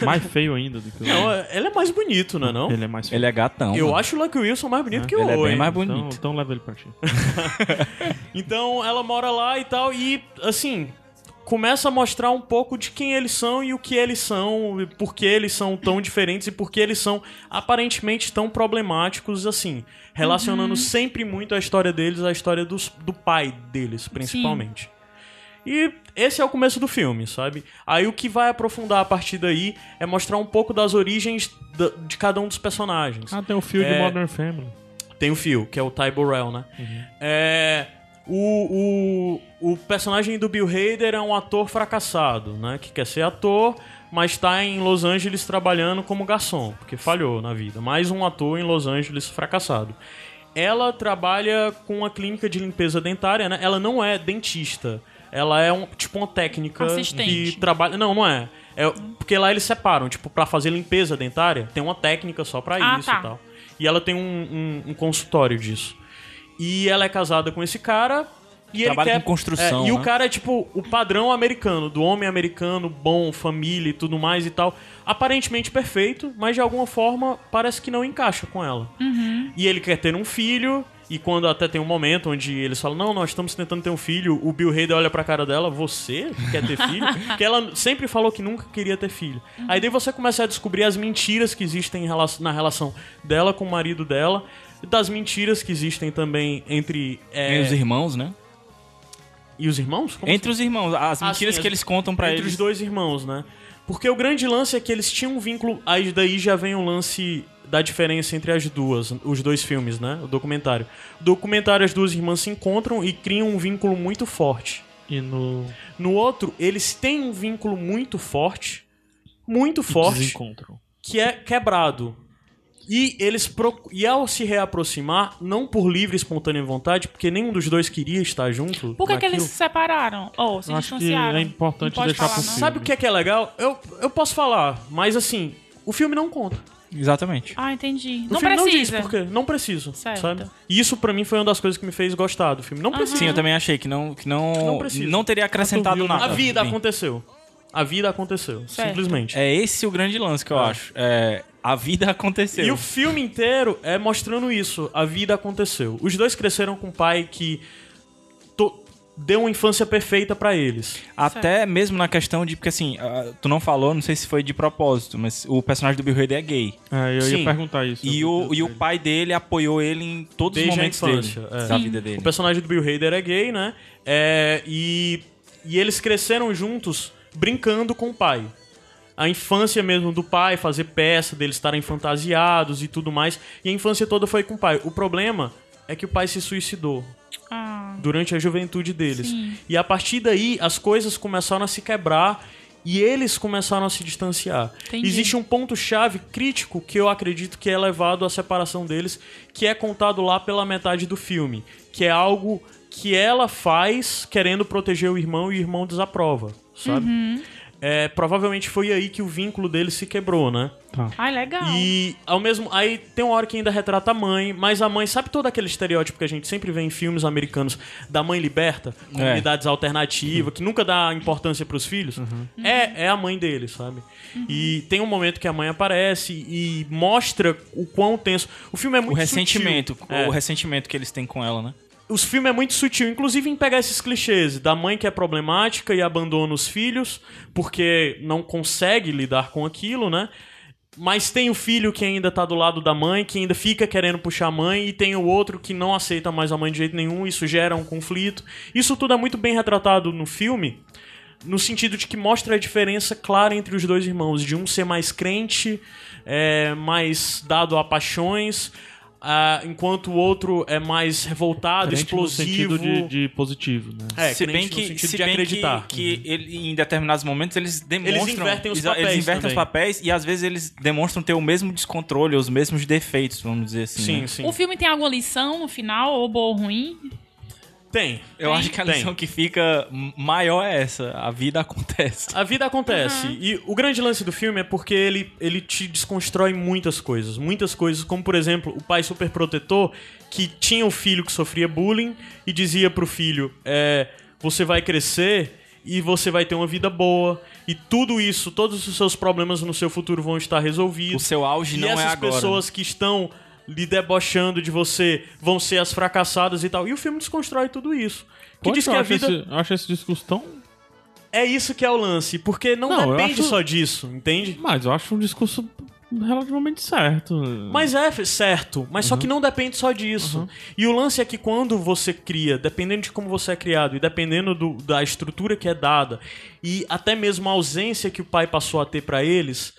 S1: É, mais feio ainda do que o
S2: Não, é- ele é mais bonito, né não?
S1: Ele é mais feio.
S3: Ele é gatão.
S2: Eu
S3: mano.
S2: acho o Lucky Wilson mais bonito que o
S3: Ele é
S2: Owen.
S3: bem mais
S1: Então,
S3: bonito.
S1: então leva ele pra ti.
S2: Então ela mora lá e tal, e assim, começa a mostrar um pouco de quem eles são e o que eles são, e por que eles são tão diferentes e por que eles são aparentemente tão problemáticos assim, relacionando sempre muito a história deles à história dos- do pai deles, principalmente. E esse é o começo do filme, sabe? Aí o que vai aprofundar a partir daí é mostrar um pouco das origens da- de cada um dos personagens.
S1: Ah, tem o fio de
S2: É.
S1: Modern Family.
S2: Tem o Phil, que é o Ty Burrell, né? É, o, o, o personagem do Bill Hader é um ator fracassado, né? Que quer ser ator, mas tá em Los Angeles trabalhando como garçom, porque falhou na vida. Mais um ator em Los Angeles fracassado. Ela trabalha com uma clínica de limpeza dentária, né? Ela não é dentista. Ela é um, tipo uma técnica
S5: Assistente.
S2: que trabalha. Não, não é. É porque lá eles separam, tipo, pra fazer limpeza dentária, tem uma técnica só pra
S5: Ah,
S2: isso
S5: tá.
S2: e tal. E ela tem um, um- um consultório disso. E ela é casada com esse cara. E
S3: Trabalha
S2: ele quer,
S3: com construção,
S2: é, e o
S3: né?
S2: cara é tipo o padrão americano, do homem americano, bom, família e tudo mais e tal. Aparentemente perfeito, mas de alguma forma parece que não encaixa com ela. E ele quer ter um filho. E quando até tem um momento onde eles falam, não, nós estamos tentando ter um filho, o Bill Hader olha pra cara dela, você quer ter filho? Porque ela sempre falou que nunca queria ter filho. Aí daí você começa a descobrir as mentiras que existem em relação- na relação dela com o marido dela, das mentiras que existem também entre... é,
S3: Entre os irmãos, né?
S2: e os irmãos? Como
S3: Entre os irmãos. As
S2: Ah,
S3: mentiras
S2: sim,
S3: que
S2: as-
S3: eles contam pra
S2: entre
S3: eles.
S2: os dois irmãos, né? Porque o grande lance é que eles tinham um vínculo. Aí daí já vem o lance da diferença entre as duas, os dois filmes, né? O documentário. O documentário, as duas irmãs se encontram e criam um vínculo muito forte.
S1: E no
S2: No outro, eles têm um vínculo muito forte, muito forte,
S1: desencontro.
S2: que é quebrado. E eles proc... e ao se reaproximar, não por livre e espontânea vontade, porque nenhum dos dois queria estar junto.
S5: Por que, que
S2: naquilo.
S5: eles se separaram? Ou se
S1: Eu acho que
S5: distanciaram?
S1: é importante
S5: Não pode
S1: deixar
S5: falar,
S1: pro
S5: Ah, não.
S1: filme.
S2: Sabe o que é que é legal? Eu, eu posso falar, mas assim, o filme não conta.
S3: Exatamente.
S5: Ah, entendi.
S2: O
S5: Não
S2: filme
S5: precisa.
S2: não diz por quê. Não precisa,
S5: Certo.
S2: sabe? E isso pra mim foi uma das coisas que me fez gostar do filme. Não precisa.
S3: Sim, eu também achei que não, que não,
S2: Não
S3: não,
S2: precisa.
S3: teria acrescentado
S1: viu, né?
S3: nada.
S2: A vida
S3: Enfim.
S2: aconteceu. A vida aconteceu,
S5: Certo.
S2: simplesmente.
S3: É esse o grande lance que eu acho. É, a vida *laughs* aconteceu.
S2: E o filme inteiro é mostrando isso. A vida aconteceu. Os dois cresceram com um pai que to- deu uma infância perfeita pra eles.
S3: Até mesmo na questão de, porque assim, ah, tu não falou, não sei se foi de propósito, mas o personagem do Bill Hader é gay.
S1: É, eu
S2: Sim.
S1: ia perguntar isso.
S3: E o, e o pai dele apoiou ele em todos
S2: Desde a
S3: os momentos
S2: infância,
S3: dele,
S2: é.
S3: da
S5: Sim.
S3: vida
S2: O
S3: dele.
S2: personagem do Bill Hader é gay, né? É, e, e eles cresceram juntos brincando com o pai. A infância mesmo do pai, fazer peça, deles estarem fantasiados e tudo mais. E a infância toda foi com o pai. O problema é que o pai se suicidou
S5: Ah,
S2: durante a juventude deles.
S5: Sim.
S2: E a partir daí, as coisas começaram a se quebrar e eles começaram a se distanciar.
S5: Entendi.
S2: Existe um ponto-chave crítico que eu acredito que é levado à separação deles, que é contado lá pela metade do filme, que é algo que ela faz querendo proteger o irmão e o irmão desaprova, sabe?
S5: Uhum.
S2: É, provavelmente foi aí que o vínculo deles se quebrou, né?
S5: ai, legal.
S2: E ao mesmo. Aí tem uma hora que ainda retrata a mãe, mas a mãe, sabe todo aquele estereótipo que a gente sempre vê em filmes americanos da mãe liberta,
S3: É.
S2: comunidades alternativas, que nunca dá importância pros filhos?
S3: Uhum.
S2: É, é a mãe dele, sabe? E tem um momento que a mãe aparece e mostra o quão tenso. O filme é
S3: O
S2: muito
S3: ressentimento,
S2: sutil. É.
S3: o ressentimento que eles têm com ela, né?
S2: Os filmes é muito sutil, inclusive em pegar esses clichês da mãe que é problemática e abandona os filhos porque não consegue lidar com aquilo, né? Mas tem o filho que ainda tá do lado da mãe, que ainda fica querendo puxar a mãe, e tem o outro que não aceita mais a mãe de jeito nenhum, isso gera um conflito. Isso tudo é muito bem retratado no filme, no sentido de que mostra a diferença clara entre os dois irmãos, de um ser mais crente, é, mais dado a paixões, ah, enquanto o outro é mais revoltado,
S1: Crente é no
S2: explosivo.
S1: sentido de, de positivo, né?
S2: É,
S3: se
S2: crente
S3: bem
S2: no
S3: que,
S2: sentido
S3: se
S2: de
S3: bem
S2: acreditar. Uhum.
S3: que, que ele, em determinados momentos eles demonstram.
S2: invertem os
S3: exa-
S2: papéis
S3: Eles invertem
S2: também.
S3: os papéis e às vezes eles demonstram ter o mesmo descontrole, os mesmos defeitos, vamos dizer assim.
S2: Sim,
S3: né?
S2: sim.
S5: O filme tem alguma lição no final, ou boa ou ruim?
S2: Tem.
S3: Eu acho que a
S2: Tem.
S3: lição que fica maior é essa: a vida *laughs* acontece.
S2: A vida acontece. E o grande lance do filme é porque ele, ele te desconstrói muitas coisas. Muitas coisas, como por exemplo, o pai superprotetor que tinha um filho que sofria bullying e dizia pro filho: é, Você vai crescer e você vai ter uma vida boa. E tudo isso, todos os seus problemas no seu futuro vão estar
S3: O
S2: resolvidos.
S3: seu auge
S2: e
S3: não
S2: essas
S3: é agora.
S2: pessoas que estão lhe debochando de você vão ser as fracassadas e tal. E o filme desconstrói tudo isso. Que
S1: Pô,
S2: diz
S1: eu
S2: que a
S1: acho
S2: vida.
S1: esse- eu acho esse discurso tão
S2: É isso que é o lance, porque não,
S1: Não, eu
S2: depende
S1: acho-
S2: só disso, entende?
S1: Mas eu acho um discurso relativamente certo.
S2: Mas é f- certo, mas
S1: Uhum.
S2: só que não depende só disso. E o lance é que quando você cria, dependendo de como você é criado e dependendo do- da estrutura que é dada e até mesmo a ausência que o pai passou a ter pra eles,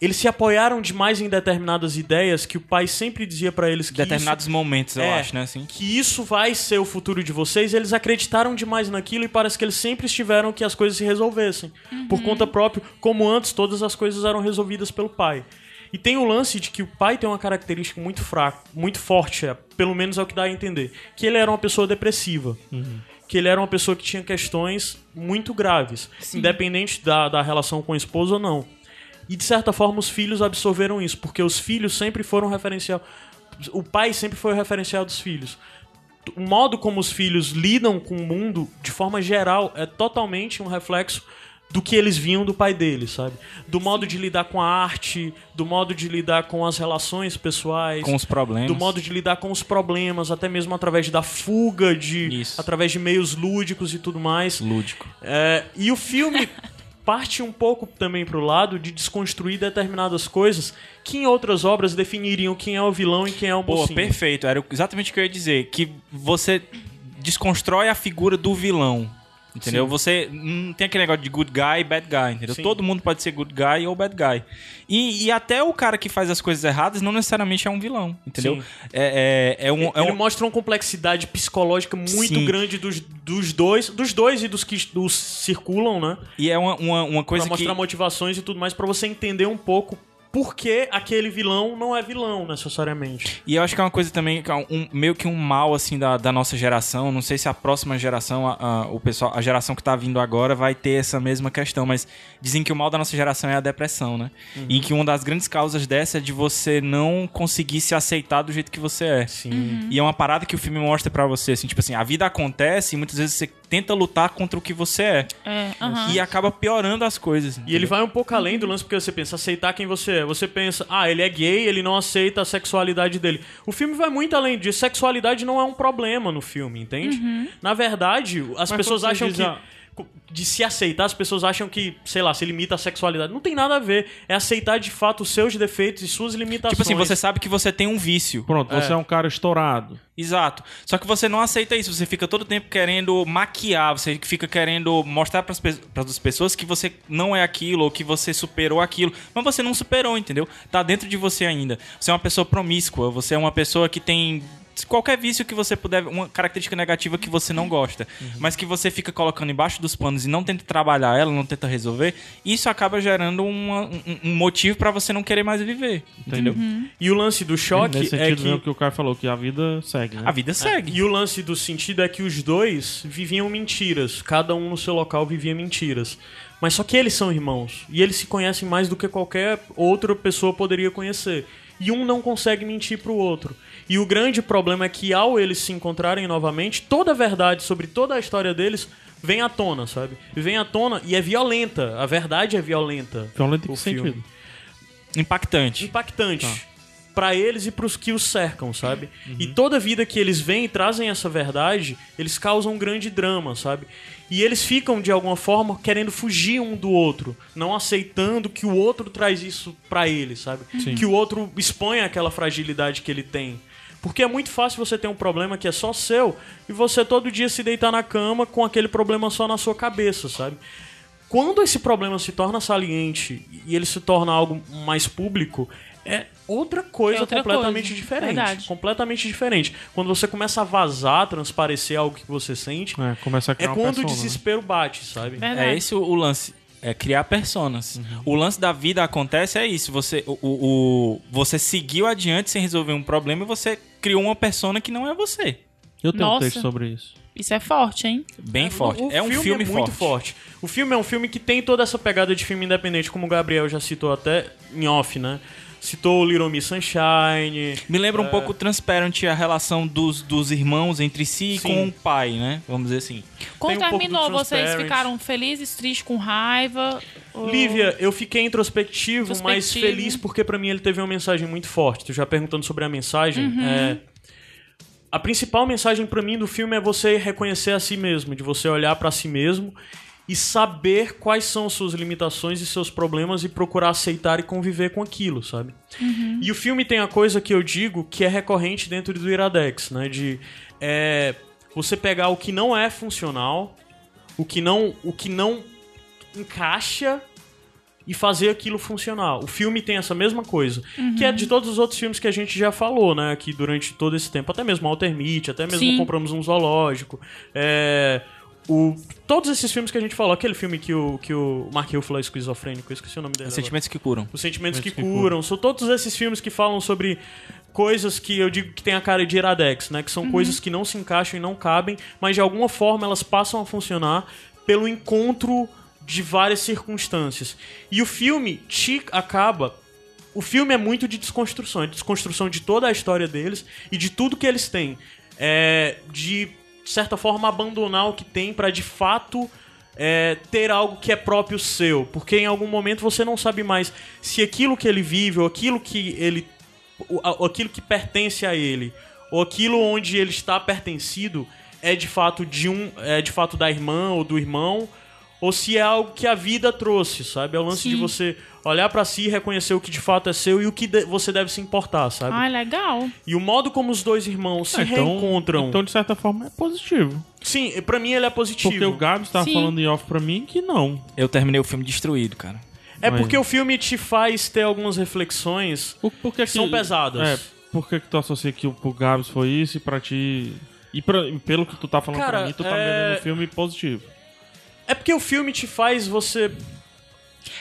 S2: eles se apoiaram demais em determinadas ideias que o pai sempre dizia pra eles que
S3: né? Determinados momentos, eu
S2: É.
S3: acho, né? Assim.
S2: que isso vai ser o futuro de vocês, eles acreditaram demais naquilo e parece que eles sempre estiveram que as coisas se resolvessem. Por conta própria, como antes, todas as coisas eram resolvidas pelo pai. E tem o lance de que o pai tem uma característica muito fraca, muito forte, é, pelo menos é o que dá a entender. Que ele era uma pessoa depressiva. Que ele era uma pessoa que tinha questões muito graves, independente da, da relação com a esposa ou não. E de certa forma os filhos absorveram isso, porque os filhos sempre foram um referencial. O pai sempre foi o referencial dos filhos. O modo como os filhos lidam com o mundo, de forma geral, é totalmente um reflexo do que eles vinham do pai deles, sabe? Do modo de lidar com a arte, do modo de lidar com as relações pessoais
S3: Com os problemas.
S2: do modo de lidar com os problemas, até mesmo através da fuga, de,
S3: Isso.
S2: através de meios lúdicos e tudo mais.
S3: lúdico.
S2: É, e o filme parte um pouco também pro lado de desconstruir determinadas coisas que em outras obras definiriam quem é o vilão e quem é o
S3: Boa,
S2: mocinho.
S3: perfeito. Era exatamente o que eu ia dizer. Que você desconstrói a figura do vilão. Entendeu? Você não tem aquele negócio de good guy e bad guy, entendeu?
S2: Sim.
S3: Todo mundo pode ser good guy ou bad guy. E, e até o cara que faz as coisas erradas não necessariamente é um vilão, entendeu?
S2: Sim.
S3: É, é, é um, é
S2: Ele
S3: um-
S2: mostra uma complexidade psicológica muito
S3: Sim.
S2: grande dos, dos dois, dos dois e dos que os circulam, né?
S3: e é uma, uma, uma
S2: Pra
S3: coisa que...
S2: mostrar motivações e tudo mais, pra você entender um pouco por que aquele vilão não é vilão necessariamente.
S3: E eu acho que é uma coisa também, que é um, meio que um mal, assim, da, da nossa geração. Não sei se a próxima geração, a, a- o pessoal, a geração que tá vindo agora, vai ter essa mesma questão. Mas dizem que o mal da nossa geração é a depressão, né?
S2: Uhum.
S3: E que uma das grandes causas dessa é de você não conseguir se aceitar do jeito que você é.
S2: Sim.
S3: E é uma parada que o filme mostra pra você, assim, tipo assim, a vida acontece e muitas vezes você tenta lutar contra o que você é.
S5: É, aham.
S3: E acaba piorando as coisas.
S2: E ele vai um pouco além do lance porque você pensa aceitar quem você é. Você pensa, ah, ele é gay, ele não aceita a sexualidade dele. O filme vai muito além disso. Sexualidade não é um problema no filme, entende? Na verdade, as
S1: Mas
S2: pessoas
S1: quando você
S2: acham
S1: diz
S2: que
S1: a-
S2: de se aceitar, as pessoas acham que, sei lá, se limita à sexualidade. Não tem nada a ver. É aceitar de fato os seus defeitos e suas limitações.
S3: Tipo assim, você sabe que você tem um vício.
S1: Pronto, você é um cara estourado.
S3: Exato. Só que você não aceita isso, você fica todo tempo querendo maquiar, você fica querendo mostrar para as pessoas que você não é aquilo ou que você superou aquilo, mas você não superou, entendeu? Tá dentro de você ainda. Você é uma pessoa promíscua, você é uma pessoa que tem qualquer vício que você puder, uma característica negativa que você não gosta, mas que você fica colocando embaixo dos panos e não tenta trabalhar ela, não tenta resolver, isso acaba gerando uma- um, um motivo para você não querer mais viver, entendeu?
S2: E o lance do choque
S1: Nesse
S2: é
S1: sentido
S2: que
S1: mesmo que o cara falou, que a vida segue, né?
S3: A vida segue.
S2: E o lance do sentido é que os dois viviam mentiras. Cada um no seu local vivia mentiras. Mas só que eles são irmãos. E eles se conhecem mais do que qualquer outra pessoa poderia conhecer. E um não consegue mentir pro outro. E o grande problema é que ao eles se encontrarem novamente, toda a verdade sobre toda a história deles vem à tona, sabe? Vem à tona e é violenta. A verdade é violenta.
S1: Violenta em
S2: O
S1: que
S2: filme.
S1: sentido?
S3: Impactante.
S2: impactante Tá. pra eles e pros que os cercam, sabe? E toda vida que eles vêm e trazem essa verdade, eles causam um grande drama, sabe? E eles ficam de alguma forma querendo fugir um do outro, não aceitando que o outro traz isso pra ele, sabe? Que o outro expõe aquela fragilidade que ele tem. Porque é muito fácil você ter um problema que é só seu e você todo dia se deitar na cama com aquele problema só na sua cabeça, sabe? quando esse problema se torna saliente e ele se torna algo mais público, é outra coisa
S5: É outra
S2: completamente
S5: coisa,
S2: diferente.
S5: verdade.
S2: Completamente diferente. Quando você começa a vazar, transparecer algo que você sente,
S1: É, começa a
S2: é
S1: criar uma
S2: quando o
S1: persona, né?
S2: desespero bate, sabe?
S5: Verdade.
S3: É esse o, o lance. É criar personas.
S2: Uhum.
S3: O lance da vida acontece é isso. Você, o, o- o- você seguiu adiante sem resolver um problema e você criou uma persona que não é você.
S1: Eu tenho um
S5: Nossa.
S1: texto sobre isso.
S5: Isso é forte, hein?
S3: Bem forte.
S2: O
S3: é um filme,
S2: é
S3: forte.
S2: muito forte. O filme é um filme que tem toda essa pegada de filme independente, como o Gabriel já citou até em off, né? Citou o Little Miss Sunshine.
S3: Me lembra
S2: É.
S3: um pouco Transparent a relação dos, dos irmãos entre si e
S2: Sim.
S3: com o pai, né? Vamos dizer assim.
S2: Tem um
S5: Quando
S2: pouco do
S5: terminou, vocês
S2: Transparent.
S5: ficaram felizes, tristes, com raiva? Ou-
S2: Lívia, eu fiquei introspectivo, mas
S5: Introspectivo.
S2: feliz porque pra mim ele teve uma mensagem muito forte. Tu já perguntando sobre a mensagem, é, a principal mensagem pra mim do filme é você reconhecer a si mesmo, de você olhar pra si mesmo e saber quais são suas limitações e seus problemas e procurar aceitar e conviver com aquilo, sabe? E o filme tem a coisa que eu digo que é recorrente dentro do Iradex, né? De é, você pegar o que não é funcional, o que não, o que não encaixa e fazer aquilo funcionar. O filme tem essa mesma coisa, que é de todos os outros filmes que a gente já falou, né? Aqui durante todo esse tempo, até mesmo Altermite, até mesmo
S5: Sim.
S2: compramos um zoológico, é, o, todos esses filmes que a gente falou, aquele filme que o que o Mark Ruffalo é esquizofrênico, eu esqueci o nome dele. agora.
S3: Sentimentos que curam.
S2: Os Sentimentos que,
S1: que
S2: curam. São todos esses filmes que falam sobre coisas que eu digo que tem a cara de Iradex, né? Que são coisas que não se encaixam e não cabem, mas de alguma forma elas passam a funcionar pelo encontro de várias circunstâncias. E o filme te acaba. O filme é muito de desconstrução, é desconstrução de toda a história deles e de tudo que eles têm. É, de certa forma abandonar o que tem pra de fato é, ter algo que é próprio seu, porque em algum momento você não sabe mais se aquilo que ele vive, ou aquilo que ele, o- a- ou aquilo que pertence a ele, ou aquilo onde ele está pertencido é de fato de um, é de fato da irmã ou do irmão, ou se é algo que a vida trouxe, sabe? É o lance
S5: Sim.
S2: de você olhar pra si e reconhecer o que de fato é seu e o que de- você deve se importar, sabe?
S5: Ai, legal.
S2: E o modo como os dois irmãos se
S1: Ah, então-
S2: reencontram.
S1: Então, de certa forma, é positivo.
S2: Sim, pra mim ele é positivo.
S1: Porque o Gabs tava
S5: Sim.
S1: falando em off pra mim que não.
S3: Eu terminei o filme destruído, cara.
S2: É porque o filme te faz ter algumas reflexões
S1: O- Por que
S2: que são
S1: que-
S2: pesadas.
S1: É, por que que tu associa que o pro Gabs foi isso e pra ti... E pra- e pelo que tu tá falando
S2: Cara,
S1: pra mim, tu tá
S2: é-
S1: vendendo um filme positivo.
S2: É porque o filme te faz você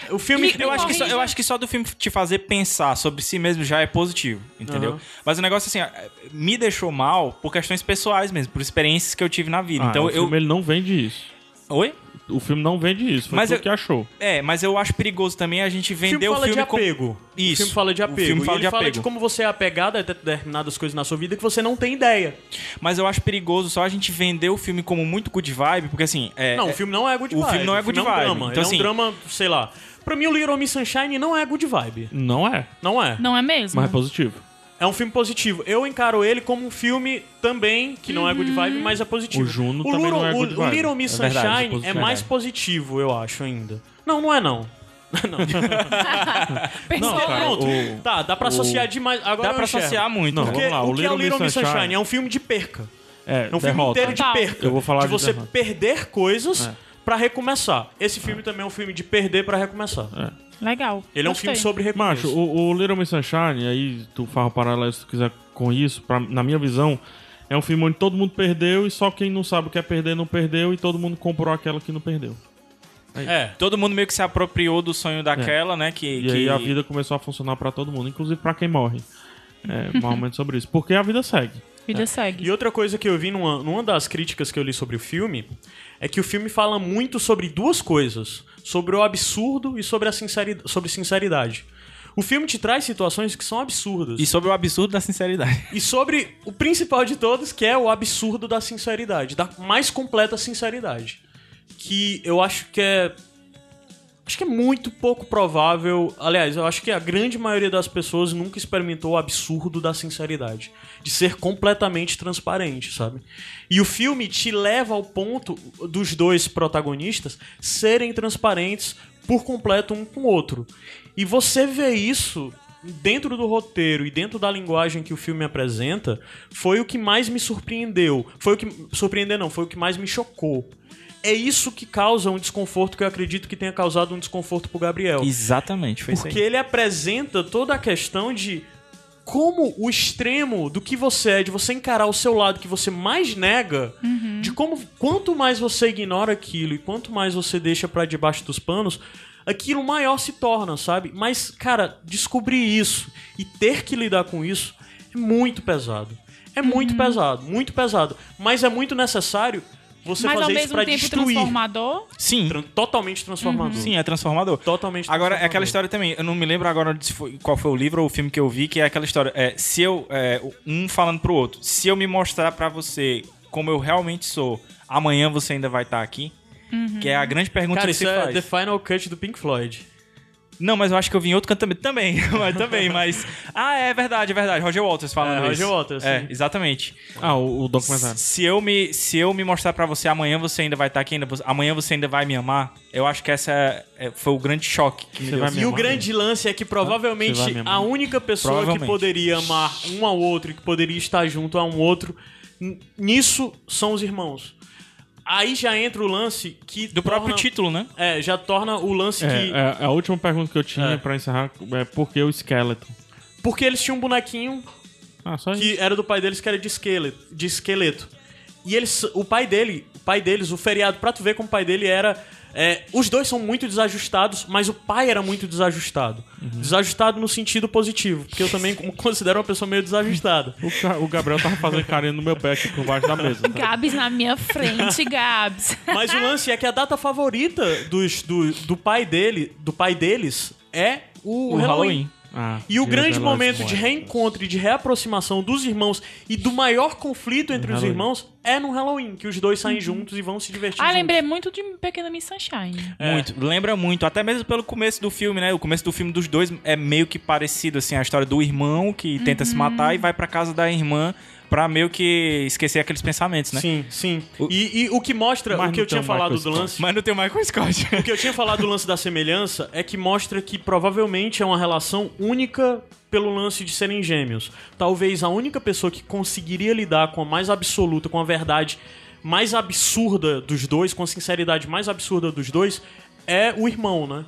S2: O filme.
S5: Me-
S2: eu
S3: Eu
S2: acho
S3: acho, que só, eu acho que só do filme te fazer pensar sobre si mesmo já é positivo, entendeu?
S2: Aham.
S3: Mas o negócio assim, ah, me deixou mal por questões pessoais mesmo, por experiências que eu tive na vida.
S1: Ah,
S3: então
S1: o
S3: eu.
S1: filme ele não vende isso.
S3: Oi?
S1: O filme não vende isso. Foi
S3: Mas
S1: tu
S3: eu-
S1: que achou.
S3: É, mas eu acho perigoso também a gente
S2: O filme
S3: vender o
S2: fala
S3: filme,
S2: de
S3: como-
S2: apego.
S3: Isso.
S2: O filme fala de
S3: O
S2: apego.
S3: filme
S2: E
S3: fala
S2: ele
S3: de
S2: fala de
S3: apego.
S2: como você é apegado a determinadas coisas na sua vida que você não tem ideia.
S3: Mas eu acho perigoso só a gente vender o filme como muito good vibe, porque assim. É,
S2: não,
S3: é-
S2: o filme não é good
S3: o
S2: vibe.
S3: filme não é good
S2: um
S3: vibe.
S2: drama.
S3: Então,
S2: Ele é
S3: assim-
S2: um drama, sei lá. Pra mim, o Little Miss Sunshine não é good vibe.
S1: Não é,
S2: Não é.
S5: Não é mesmo?
S1: mas é positivo.
S2: É um filme positivo. Eu encaro ele como um filme também que não é
S5: Uhum.
S2: good vibe, mas é positivo.
S1: O Juno também
S2: Little-
S1: não é good
S2: o- O
S1: vibe.
S2: Little Miss
S1: É verdade, é
S2: Sunshine é,
S1: positivo.
S2: mais positivo, eu acho, ainda. Não, não é não. *laughs*
S5: *laughs* Pensou,
S2: Não,
S5: né?
S2: pronto.
S1: o-
S2: tá, dá pra associar
S1: o-
S2: demais. Agora
S3: Dá
S2: eu
S3: pra
S2: enxergo.
S3: associar muito.
S1: Não,
S3: né?
S2: Porque
S1: vamos lá,
S2: o,
S1: o
S2: que é
S1: Little
S2: o Little Miss
S1: Miss
S2: Sunshine?
S1: Sunshine
S2: É um filme de perca.
S1: É,
S2: É um filme
S1: derrota.
S2: inteiro de
S5: Total.
S2: perca.
S1: Eu vou falar
S2: de
S1: de
S2: você
S1: derrota. É.
S2: perder coisas pra recomeçar. Esse filme também é um filme de perder pra recomeçar.
S5: Legal.
S2: Ele é um
S5: Gostei.
S2: filme sobre recomeço.
S1: Macho, o, o Little Miss Sunshine, aí tu fala um paralelo se tu quiser com isso, pra- na minha visão, é um filme onde todo mundo perdeu e só quem não sabe o que é perder não perdeu e todo mundo comprou aquela que não perdeu.
S2: É.
S3: Todo mundo meio que se apropriou do sonho daquela, né? Que,
S1: E
S3: que-
S1: aí a vida começou a funcionar pra todo mundo, inclusive pra quem morre. É, mais ou menos sobre isso. Porque a vida segue.
S2: É.
S5: Vida segue.
S2: E outra coisa que eu vi numa, numa das críticas que eu li sobre o filme é que o filme fala muito sobre duas coisas: sobre o absurdo e sobre a sinceridade. Sobre sinceridade. O filme te traz situações que são absurdas.
S3: E sobre o absurdo da sinceridade.
S2: E sobre o principal de todos, que é o absurdo da sinceridade, da mais completa sinceridade. Que eu acho que é. Acho que é muito pouco provável. Aliás, eu acho que a grande maioria das pessoas nunca experimentou o absurdo da sinceridade. De ser completamente transparente, sabe? E o filme te leva ao ponto dos dois protagonistas serem transparentes por completo um com o outro. E você vê isso dentro do roteiro e dentro da linguagem que o filme apresenta, foi o que mais me surpreendeu. Foi o que surpreender não, foi o que mais me chocou. É isso que causa um desconforto que eu acredito que tenha causado um desconforto pro Gabriel.
S3: Exatamente, foi
S2: Porque ele apresenta toda a questão de como o extremo do que você é, de você encarar o seu lado que você mais nega,
S5: Uhum.
S2: de como quanto mais você ignora aquilo e quanto mais você deixa pra debaixo dos panos, aquilo maior se torna, sabe? Mas, cara, descobrir isso e ter que lidar com isso é muito pesado. É muito
S5: Uhum.
S2: pesado, muito pesado. Mas é muito necessário você
S5: Mas ao
S2: fazer isso
S5: mesmo
S2: pra
S5: tempo
S2: destruir.
S5: transformador.
S3: Sim,
S2: Tran- Totalmente transformador.
S3: sim, é transformador.
S2: Totalmente
S3: Uhum. Agora, é
S2: transformador.
S3: aquela história também. Eu não me lembro agora de se foi- qual foi o livro ou o filme que eu vi, que é aquela história. É, se eu. é, um falando pro outro. Se eu me mostrar pra você como eu realmente sou, amanhã você ainda vai estar aqui? Que é a grande pergunta
S2: Cara,
S3: que se
S2: isso é
S3: faz.
S2: The Final Cut do Pink Floyd.
S3: Não, mas eu acho que eu vi em outro canto também. Também, *laughs* mas também, mas. Ah, é verdade, é verdade. Roger Walters falando
S2: É,
S3: isso.
S2: Roger Waters,
S3: É,
S2: sim.
S3: exatamente.
S1: Ah, o, o documentário.
S3: Se eu me, se eu me mostrar pra você amanhã você ainda vai estar aqui, ainda, vo- amanhã você ainda vai me amar, eu acho que essa é- é- foi o grande choque que me
S1: Você
S3: deu.
S1: vai
S3: assim.
S1: me
S2: E o
S1: amar?
S2: grande lance é que
S1: Você vai
S2: provavelmente
S1: me amar?
S2: a única pessoa que
S3: Provavelmente.
S2: poderia amar um ao outro e que poderia estar junto a um outro, n- nisso são os irmãos. Aí já entra o lance que.
S3: Do próprio título, né?
S2: É, já torna o lance
S1: É,
S2: que.
S1: é, a última pergunta que eu tinha
S2: É.
S1: pra encerrar é por que o Skeleton?
S2: Porque eles tinham um bonequinho
S1: Ah, só isso.
S2: que era do pai deles que era de esqueleto, de esqueleto. E eles, o pai dele, o pai deles, o feriado, pra tu ver como o pai dele era. é, os dois são muito desajustados, mas o pai era muito desajustado. Desajustado no sentido positivo, porque eu também *laughs* me considero uma pessoa meio desajustada.
S1: O, ca- o Gabriel tava fazendo carinho no meu pé aqui por baixo da mesa. tá?
S5: Gabs na minha frente, Gabs.
S2: Mas o lance é que a data favorita dos, do, do pai dele, do pai deles, é o,
S3: O
S2: Halloween.
S3: Halloween.
S1: Ah,
S2: E o
S1: Dia
S2: grande
S1: das
S2: momento de
S1: Mortes.
S2: reencontro e de reaproximação dos irmãos e do maior conflito entre os
S1: Halloween.
S2: irmãos é no Halloween, que os dois saem juntos e vão se divertir.
S5: Uhum. Ah,
S2: juntos.
S5: lembrei muito de Pequena Miss Sunshine.
S3: Muito, lembra muito, até mesmo pelo começo do filme, né? O começo do filme dos dois é meio que parecido, assim, a história do irmão que tenta se matar e vai pra casa da irmã pra meio que esquecer aqueles pensamentos, né?
S2: Sim, sim. E, e o que mostra,
S1: Mas
S2: o que
S1: não
S2: eu tinha
S1: tem o Michael
S2: falado do
S1: Scott.
S2: lance.
S3: Mas não tem o Michael Scott. *laughs*
S2: O que eu tinha falado do lance da semelhança é que mostra que provavelmente é uma relação única pelo lance de serem gêmeos. Talvez a única pessoa que conseguiria lidar com a mais absoluta, com a verdade mais absurda dos dois, com a sinceridade mais absurda dos dois, é o irmão, né?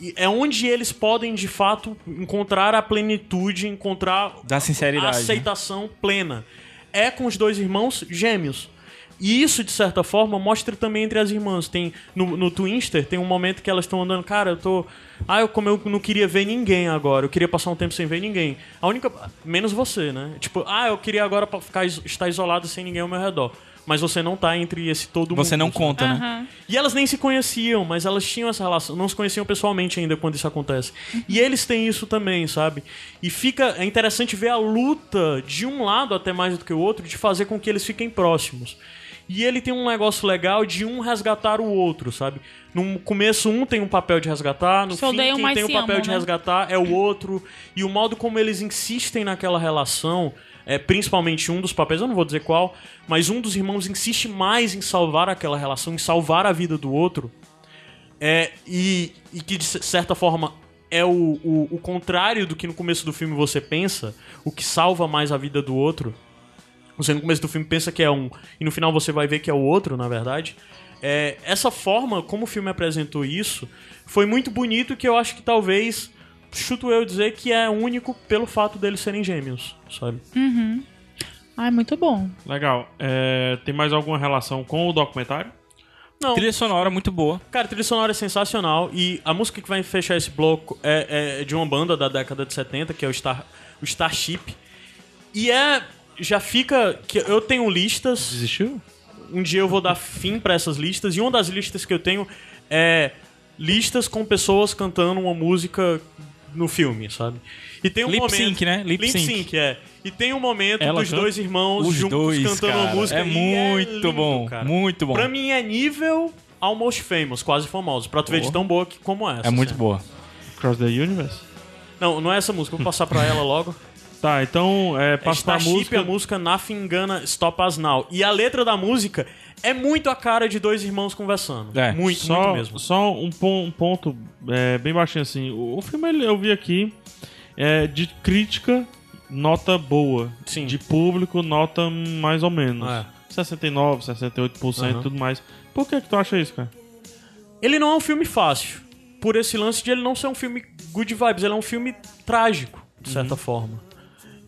S2: E é onde eles podem, de fato, encontrar a plenitude, encontrar
S3: Da sinceridade. né?
S2: aceitação plena. É com os dois irmãos gêmeos. E isso, de certa forma, mostra também entre as irmãs. Tem no, no Twinster, tem um momento que elas estão andando, cara, eu tô. Ah, eu como eu não queria ver ninguém agora, eu queria passar um tempo sem ver ninguém. A única. Menos você, né? Tipo, ah, eu queria agora pa- ficar, is- estar isolado sem ninguém ao meu redor. Mas você não tá entre esse todo mundo.
S3: Você não conta, né?
S5: Aham.
S2: E elas nem se conheciam, mas elas tinham essa relação. Não se conheciam pessoalmente ainda quando isso acontece. E eles têm isso também, sabe? E fica. É interessante ver a luta de um lado até mais do que o outro de fazer com que eles fiquem próximos. E ele tem um negócio legal de um resgatar o outro, sabe? No começo, um tem um papel de resgatar, no
S5: Se
S2: fim,
S5: odeiam,
S2: quem
S5: mas
S2: tem o
S5: se
S2: papel
S5: amam,
S2: de
S5: né?
S2: resgatar é o outro. E o modo como eles insistem naquela relação, é principalmente um dos papéis, eu não vou dizer qual, mas um dos irmãos insiste mais em salvar aquela relação, em salvar a vida do outro. É, e, e que de c- certa forma é o, o, o contrário do que no começo do filme você pensa, o que salva mais a vida do outro. Você no começo do filme pensa que é um, e no final você vai ver que é o outro, na verdade. É, essa forma como o filme apresentou isso foi muito bonito que eu acho que talvez, chuto eu dizer, que é único pelo fato deles serem gêmeos, sabe?
S5: Ai, muito bom.
S1: Legal. É, tem mais alguma relação com o documentário?
S2: Não,
S3: Trilha sonora muito boa.
S2: Cara, a trilha sonora é sensacional e a música que vai fechar esse bloco é, é de uma banda da década de 70, que é o, Star, o Starship. E é. Já fica. que Eu tenho listas
S1: Desistiu?
S2: um dia eu vou dar fim pra essas listas e uma das listas que eu tenho é listas com pessoas cantando uma música no filme, sabe? E tem um
S3: Lip
S2: momento
S3: sync, né? Lip
S2: Lip sync,
S3: sync,
S2: é. E tem um momento
S1: Ela
S2: dos
S1: canta?
S2: dois irmãos
S3: Os
S2: juntos
S3: dois,
S2: cantando uma
S3: cara.
S2: música
S3: É
S2: e
S3: muito
S2: lindo,
S3: bom,
S2: cara.
S3: muito bom.
S2: Pra mim é nível Almost Famous, quase famoso, pra tu ver de tão boa que, como essa.
S3: É muito
S2: sabe?
S3: boa.
S1: Cross the Universe?
S2: Não, não é essa música, eu vou passar pra ela logo.
S1: Tá, então é,
S2: É
S1: passa a
S2: Starship,
S1: música.
S2: a música Nothing Gonna Stop Us Now. E a letra da música é muito a cara de dois irmãos conversando.
S3: É,
S2: muito,
S1: só,
S2: muito mesmo.
S1: Só um, pon- um ponto é, bem baixinho assim. O, o filme ele- eu vi aqui é de crítica, nota boa.
S2: Sim.
S1: De público, nota hum, mais ou menos.
S2: É.
S1: 69, 68% e
S2: Aham.
S1: tudo mais. Por que, que tu acha isso, cara?
S2: Ele não é um filme fácil. Por esse lance de ele não ser um filme good vibes, ele é um filme trágico,
S1: Uhum.
S2: de certa forma.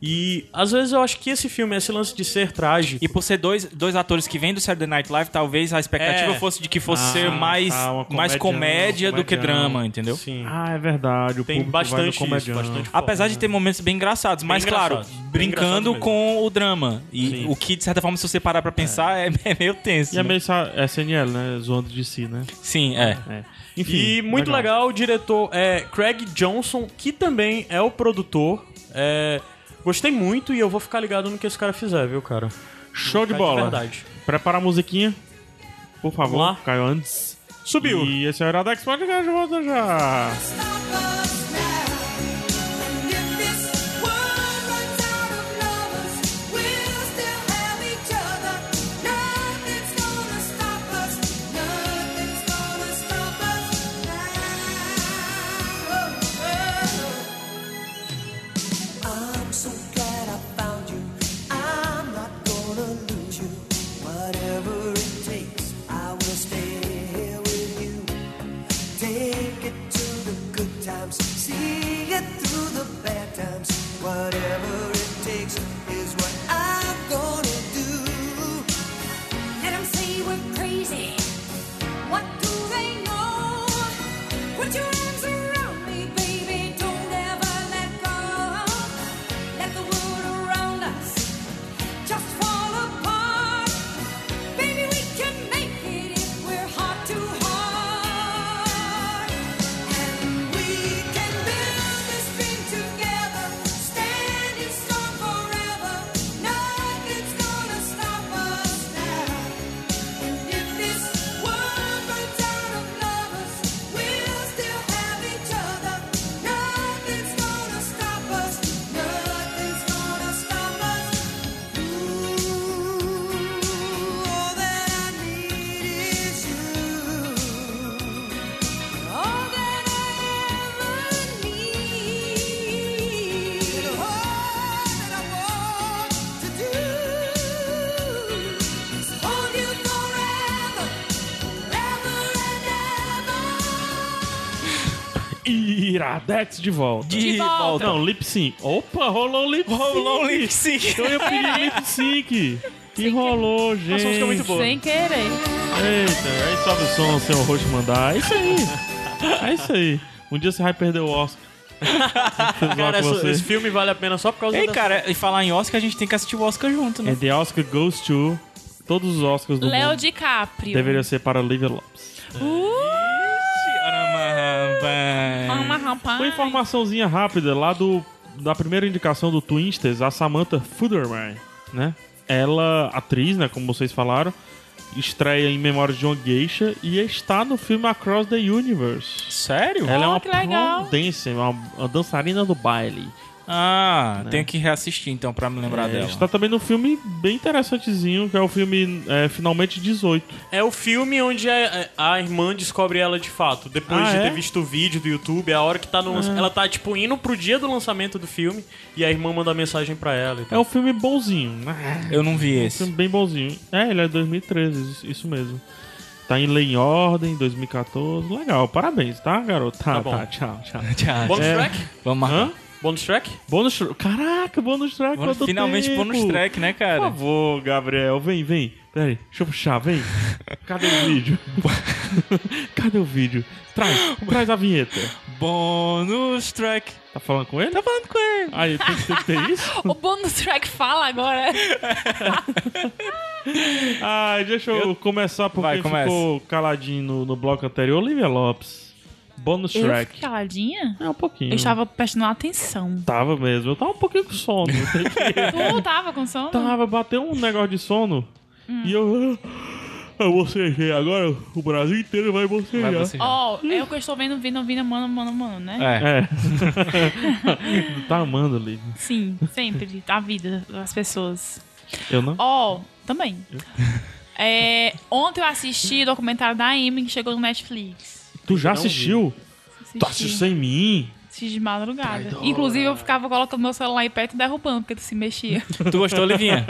S2: E às vezes eu acho que esse filme, esse lance de ser trágico.
S3: E por ser dois, dois atores que vêm do Saturday Night Live, talvez a expectativa
S2: É.
S3: fosse de que fosse
S1: Ah,
S3: ser mais,
S1: tá, uma
S3: mais
S1: comédia,
S3: comédia do que
S1: comedião.
S3: drama, entendeu?
S2: Sim.
S1: Ah, é verdade. O
S2: tem
S1: público vai no
S2: bastante isso,
S1: comedião.
S2: bastante
S3: Apesar
S2: foco,
S3: de ter momentos bem engraçados, mas claro,
S2: engraçados, Uhum. bem
S3: brincando
S2: engraçados mesmo.
S3: com o drama. E
S1: Sim.
S3: o que, de certa forma, se você parar pra pensar, é, é meio tenso.
S1: E é
S3: né?
S1: meio sa- SNL, né? Zoando de si, né?
S3: Sim, é.
S1: É.
S2: e muito legal. o diretor é Craig Johnson, que também é o produtor. É, Gostei muito e eu vou ficar ligado no que esse cara fizer, viu, cara?
S1: Show de
S2: Cara,
S1: bola.
S2: verdade.
S1: Prepara a musiquinha. Por favor,
S2: Vamos lá.
S1: Caio antes.
S2: Subiu.
S1: E esse é o Iradex Podcast, volta já.
S7: Stop us now. And if this world runs out of lovers, we'll still have each other. Nothing's gonna stop us. Nothing's gonna stop us now. I'm so glad I found you. I'm not gonna lose you. Whatever it takes, I will stay here with you. Take it to the good times, see it through the bad times. Whatever it takes is what I'm gonna do.
S8: Let 'em say we're crazy. What do they know? Put your arms around me, baby. Don't ever let go. Let the world around us just fall apart. Baby, we can make it if we're heart to heart. And we can build this dream together, standing strong forever. Nothing's gonna stop us now. And if this world runs out of lovers, we'll still have each other. Nothing's gonna stop us. Nothing's gonna stop us. Ooh, all that I need is you. All that I ever need. All that I want to do is hold you forever, forever and ever.
S1: Iradex de volta.
S5: De volta. volta.
S1: Não, lip sync. Então Opa, rolou lip sync.
S3: Rolou um lip sync.
S1: Eu ia pedir lip sync. que rolou, gente?
S3: Nossa, música é muito boa.
S5: Sem querer.
S1: Eita, aí sobe o som sem o rosto mandar. É isso aí. É isso aí. Um dia você vai perder o Oscar. Vocês vão
S2: Cara,
S1: com
S2: essa-
S1: você.
S2: esse filme vale a pena só por causa
S3: Ei,
S2: dessa-
S3: cara, e falar em Oscar, a gente tem que assistir o Oscar junto, né?
S1: And the Oscar goes to todos os Oscars do
S5: Léo
S1: mundo.
S5: DiCaprio. Uh,
S1: Deveria ser para Olivia Lopes.
S5: Ah, mas rapaz.
S1: Uma informaçãozinha rápida lá do da primeira indicação do Twinsters, a Samantha Fuderman, né? Ela, atriz, né, como vocês falaram, estreia em Memórias de uma Geisha e está no filme Across the Universe.
S3: Sério?
S1: Ela é
S5: Oh,
S1: uma
S5: que legal.
S1: pole dancer, uma, uma dançarina do baile.
S3: Ah, tenho que reassistir então pra me lembrar
S1: É,
S3: dela.
S1: Está também num filme bem interessantezinho, que é o filme é, Finalmente 18.
S2: É o filme onde a, a irmã descobre ela de fato. Depois
S1: Ah,
S2: de ter
S1: é? Ah.
S2: visto o vídeo do YouTube, a hora que tá no. Ela tá, tipo, indo pro dia do lançamento do filme e a irmã manda mensagem pra ela. E
S1: É
S2: tal.
S1: um filme bonzinho, né?
S3: Eu não vi
S1: Um
S3: esse.
S1: filme bem bonzinho. É, ele é de 2013, isso- isso mesmo. Tá em Lei em Ordem, 2014. Legal, parabéns, tá, garoto? Tá,
S2: Tá bom.
S1: tá, tchau, tchau.
S3: *laughs* Tchau,
S2: Bônus
S1: É.
S3: tchau.
S2: track?
S3: Vamos marcar.
S1: Hã?
S2: Bônus track?
S1: Bônus track. Caraca, bônus track.
S3: Vamos
S1: quanto
S3: finalmente
S1: tempo.
S3: bônus track, né,
S1: Por
S3: cara?
S1: favor, Gabriel, vem, vem. Peraí, deixa eu puxar,
S3: *laughs*
S1: vem. Cadê o vídeo? Cadê o vídeo? Traz, traz a vinheta.
S3: Bônus track.
S1: Tá falando com ele?
S3: Tá falando com ele.
S1: Aí, tem que ter- ter isso?
S5: O bônus track fala agora.
S1: Ah, deixa eu, começar porque
S3: Vai, começa.
S1: ficou caladinho no, no bloco anterior. Olivia Lopes. Bônus
S5: Eu
S1: track.
S5: fiquei caladinha?
S1: É um pouquinho.
S5: Eu estava prestando
S1: *laughs*
S5: atenção.
S1: Tava mesmo. Eu tava um pouquinho com sono. sei *laughs* que-
S5: Tu tava com sono?
S1: tava, bateu um negócio de sono. E eu. "Ah, Eu bocejei agora, o Brasil inteiro vai bocejar.
S3: Vai você.
S5: Ó, é o que eu estou vendo, vindo, vindo, mano, mano, mano, né?
S3: É.
S1: É. tá amando ali.
S5: Sim, sempre. A vida das pessoas.
S1: Eu não.
S5: Ó,
S1: *laughs*
S5: também. É, ontem eu assisti o documentário da Amy que chegou no Netflix.
S1: tu já
S2: não vi.
S1: assistiu? Tu assistiu
S5: Assisti,
S1: sem mim?
S5: assisti de madrugada. Inclusive, eu ficava colocando meu celular em perto e derrubando, porque tu se
S1: *laughs*
S5: mexia.
S3: Tu gostou, Livinha?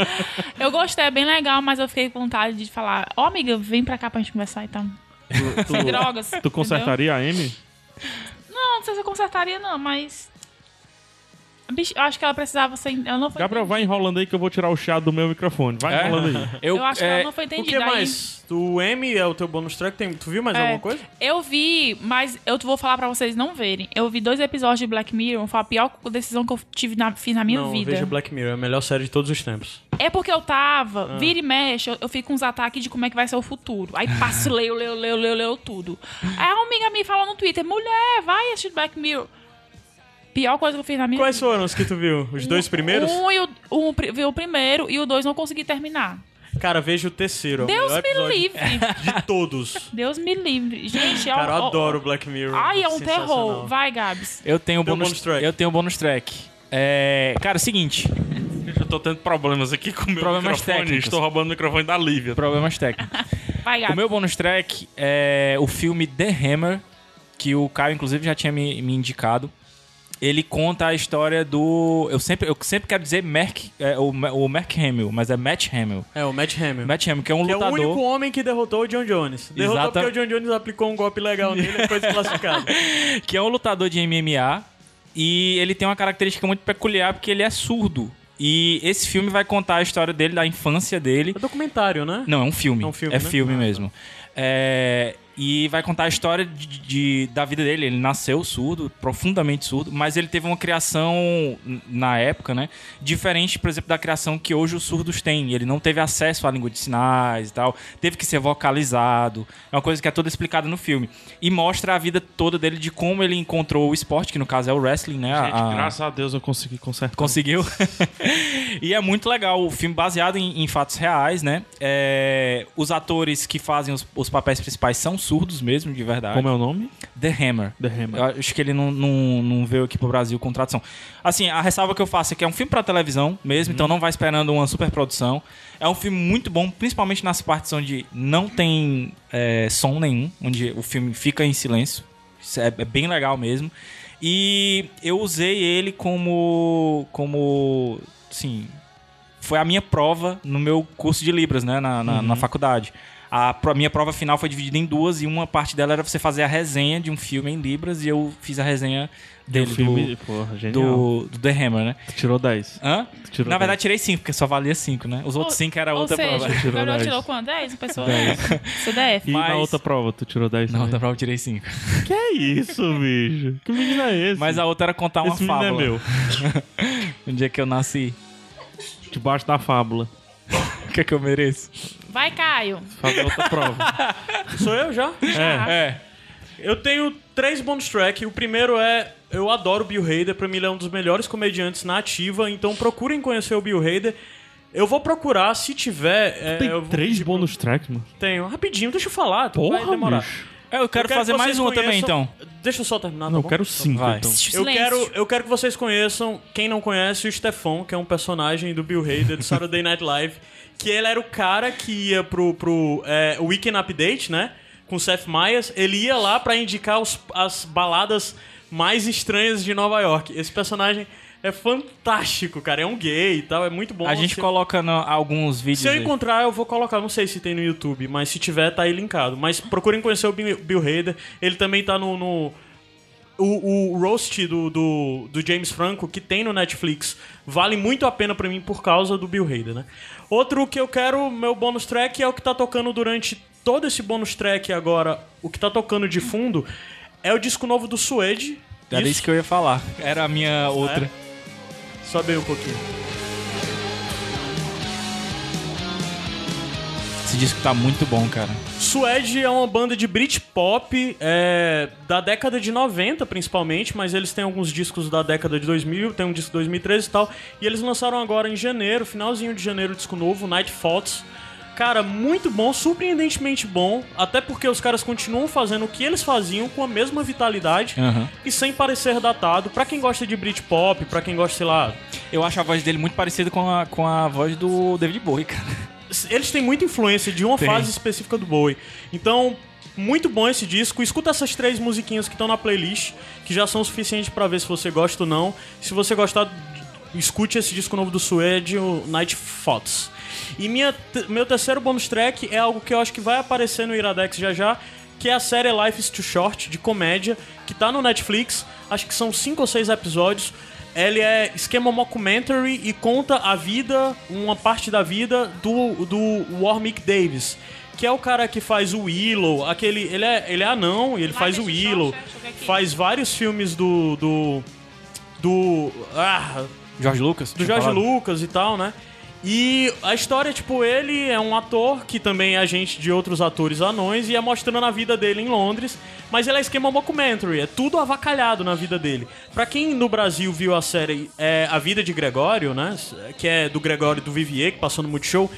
S5: Eu gostei, é bem legal, mas eu fiquei com vontade de falar, ó, amiga, vem pra cá pra gente conversar e tal. *laughs*
S1: Tu,
S5: Sem
S1: tu,
S5: drogas. entendeu?
S1: tu consertaria a Amy?
S5: Não, não sei se eu consertaria, não, mas. A bicha- eu acho que ela precisava ser. Ela não foi
S1: Gabriel, vai enrolando aí que eu vou tirar o chá do meu microfone. Vai
S3: É?
S1: enrolando aí.
S5: Eu acho que
S1: é,
S5: ela não foi
S2: O que
S5: entendida. aí-
S2: mais? O M é o teu bônus track? Tem, tu viu mais
S5: É.
S2: alguma coisa?
S5: Eu vi, mas eu vou falar pra vocês não verem. Eu vi dois episódios de Black Mirror, foi a pior decisão que eu tive na, fiz na minha
S2: não,
S5: vida.
S2: veja Black Mirror, é a melhor série de todos os tempos.
S5: É porque eu
S2: Ah.
S5: tava, vira e mexe, eu, eu fico com uns ataques de como é que vai ser o futuro. Aí passo, leio, leio, leio, leio, leio tudo. Aí uma amiga me falou no Twitter, mulher, vai assistir Black Mirror. Pior coisa que eu fiz na minha
S2: Quais
S5: vida.
S2: foram os que tu viu? Os dois primeiros?
S5: Um, e o, um pri- vi o primeiro e o dois não consegui terminar.
S2: Cara, veja o terceiro. é o
S5: Deus
S2: melhor
S5: me
S2: episódio
S5: livre.
S2: *laughs* De todos.
S5: Deus me livre. Gente, é um...
S2: Cara, eu
S5: ó-
S2: adoro Black Mirror.
S5: Ai, é um
S2: sensacional.
S5: terror. Vai, Gabs.
S3: Eu tenho
S2: Tem um
S3: bônus,
S2: bônus track.
S3: Eu tenho bônus track. É, cara, seguinte,
S1: *laughs* Eu tô tendo problemas aqui com o meu
S3: Problemas microfone. técnicos. Estou
S1: roubando o microfone da Lívia.
S3: problemas técnicos.
S5: Vai,
S3: o
S5: Gabs.
S3: meu bônus track é o filme The Hammer, que o Caio inclusive já tinha me, me indicado. Ele conta a história do, eu sempre, eu sempre quero dizer Mark, é, o, Ma- o Mark Hamill, mas é Matt Hamill.
S2: É, o Matt Hamill.
S3: Matt Hamill que é um
S2: Que é o
S3: lutador.
S2: único homem que derrotou o John Jones. Derrotou
S3: Exata-
S2: porque o John Jones aplicou um golpe legal nele e foi desclassificado.
S3: que é um lutador de MMA e ele tem uma característica muito peculiar porque ele é surdo. E esse filme vai contar a história dele, da infância dele.
S2: é documentário, né?
S3: Não, é um filme.
S2: É
S3: É,
S2: um filme, né?
S3: filme
S2: Ah, tá.
S3: mesmo. É, e vai contar a história de, de- da vida dele. Ele nasceu surdo, profundamente surdo, mas ele teve uma criação, n- na época, né? Diferente, por exemplo, da criação que hoje os surdos têm. Ele não teve acesso à língua de sinais e tal. Teve que ser vocalizado. É uma coisa que é toda explicada no filme. E mostra a vida toda dele, de como ele encontrou o esporte, que no caso é o wrestling, né?
S1: Gente,
S3: A-
S1: graças a Deus eu consegui consertar.
S3: Conseguiu? *laughs* e é muito legal. O filme baseado em, em fatos reais, né? É, os atores que fazem os, os papéis principais são surdos mesmo, de verdade.
S1: Como é o nome?
S3: The Hammer.
S1: The Hammer.
S3: Eu acho que ele não, não, não veio aqui pro Brasil com tradução. Assim, a ressalva que eu faço é que é um filme pra televisão mesmo, então não vai esperando uma superprodução. É um filme muito bom, principalmente nas partes onde não tem é, som nenhum, onde o filme fica em silêncio. Isso é, é bem legal mesmo. E eu usei ele como. como. assim. Foi a minha prova no meu curso de Libras, né? Na, na, na faculdade. A pro- minha prova final foi dividida em duas e uma parte dela era você fazer a resenha de um filme em Libras e eu fiz a resenha
S1: O
S3: dele,
S1: filme, porra,
S3: do,
S1: genial.
S3: do, do The Hammer, né?
S1: Tu Tirou 10.
S3: Hã?
S1: Tu tirou
S3: Na
S1: 10.
S3: verdade, tirei cinco, porque só valia cinco, né? Os outros
S5: Ou-
S3: cinco
S2: Tá
S3: era
S5: Ou
S3: outra
S5: seja, *laughs*
S3: prova.
S5: o Gabriel
S1: Dez.
S5: tirou quanto? É 10? Pessoa
S1: Dez.
S5: CDF.
S2: *laughs*
S1: E na
S3: mas-
S1: outra prova, tu tirou 10
S3: *laughs* Na
S1: também?
S3: outra prova eu tirei cinco.
S1: Que é isso, bicho? Que menino é esse?
S3: Mas a outra era contar uma
S1: Esse menino
S3: fábula.
S1: é meu.
S3: Um dia que eu nasci,
S1: Debaixo da fábula.
S3: o que é que eu mereço?
S5: Vai, Caio.
S1: Fazer outra
S3: *laughs*
S1: prova.
S2: Sou eu já?
S1: É.
S3: É.
S2: Eu tenho três bonus track. O primeiro é eu adoro o Bill Hader, pra mim ele é um dos melhores comediantes na ativa, então procurem conhecer o Bill Hader. Eu vou procurar, se tiver. é,
S1: Tem
S2: eu vou
S1: três
S2: pedir pro-
S1: bônus tracks, mano.
S2: Tenho. Rapidinho, deixa eu falar.
S1: Porra,
S2: vai demorar.
S1: bicho.
S3: É, Eu quero,
S2: Eu
S3: fazer
S2: que
S3: mais
S2: vocês
S3: uma também,
S2: conheçam-
S3: então.
S2: Deixa eu só terminar. tá
S1: Não, eu
S2: bom?
S1: quero cinco,
S3: Vai.
S1: então.
S5: Silêncio.
S2: Eu quero, eu quero que vocês conheçam, quem não conhece, o Stefan, que é um personagem do Bill Hader, do
S3: *laughs*
S2: Saturday Night Live, que ele era o cara que ia pro, pro é, Weekend Update, né? Com o Seth Meyers. Ele ia lá pra indicar os- as baladas mais estranhas de Nova York. Esse personagem é fantástico, cara. É um gay e tal, é muito bom.
S3: A gente
S2: Se-
S3: coloca no- alguns vídeos.
S2: se eu
S3: aí.
S2: encontrar, eu vou colocar. Não sei se tem no YouTube, mas se tiver, tá aí linkado. Mas procurem conhecer o Bill Bill Hader. Ele também tá no. no- o, o roast do, do, do James Franco, que tem no Netflix, vale muito a pena pra mim por causa do Bill Hader, né? Outro que eu quero, meu bônus track, é o que tá tocando durante todo esse bônus track agora. O que tá tocando de fundo é o disco novo do Suede.
S3: Era isso. que eu ia falar. Era a minha outra.
S2: Sobe aí um pouquinho.
S3: Esse disco tá muito bom, cara.
S2: Suede é uma banda de Britpop é, da década de 90, principalmente, mas eles têm alguns discos da década de 2000, tem um disco de 2013 e tal. E eles lançaram agora em janeiro, finalzinho de janeiro, o disco novo, Night Thoughts. Cara, muito bom, surpreendentemente bom, até porque os caras continuam fazendo o que eles faziam com a mesma vitalidade
S3: Aham.
S2: e sem parecer datado. Pra quem gosta de Britpop, pra quem gosta, sei lá,
S3: Eu acho a voz dele muito parecida com a, com a voz do David Bowie, cara.
S2: eles têm muita influência de uma
S3: Tem.
S2: fase específica do Bowie. Então, muito bom esse disco. Escuta essas três musiquinhas que estão na playlist, que já são suficientes pra ver se você gosta ou não. Se você gostar, escute esse disco novo do Suede, o Night Thoughts. E minha, te- meu terceiro bonus track é algo que eu acho que vai aparecer no Iradex já já, que é a série Life is Too Short, de comédia, que tá no Netflix. Acho que são cinco ou seis episódios. Ele é esquema mockumentary e conta a vida, uma parte da vida do, do Warmick Davis, que é o cara que faz o Willow, aquele, ele é, ele é anão e ele
S5: Vai,
S2: faz o
S5: deixa eu
S2: Willow,
S5: só- deixa eu ver aqui.
S2: faz vários filmes do do do ah,
S3: George Lucas?
S2: do
S3: tinha
S2: Jorge
S3: falado.
S2: Lucas e tal, né? E a história, tipo, ele é um ator que também é agente de outros atores anões e é mostrando a vida dele em Londres, mas ele é esquema mockumentary, é tudo avacalhado na vida dele. Pra quem no Brasil viu a série é, A Vida de Gregório, né? Que é do Gregório do Vivier, que passou no Multishow,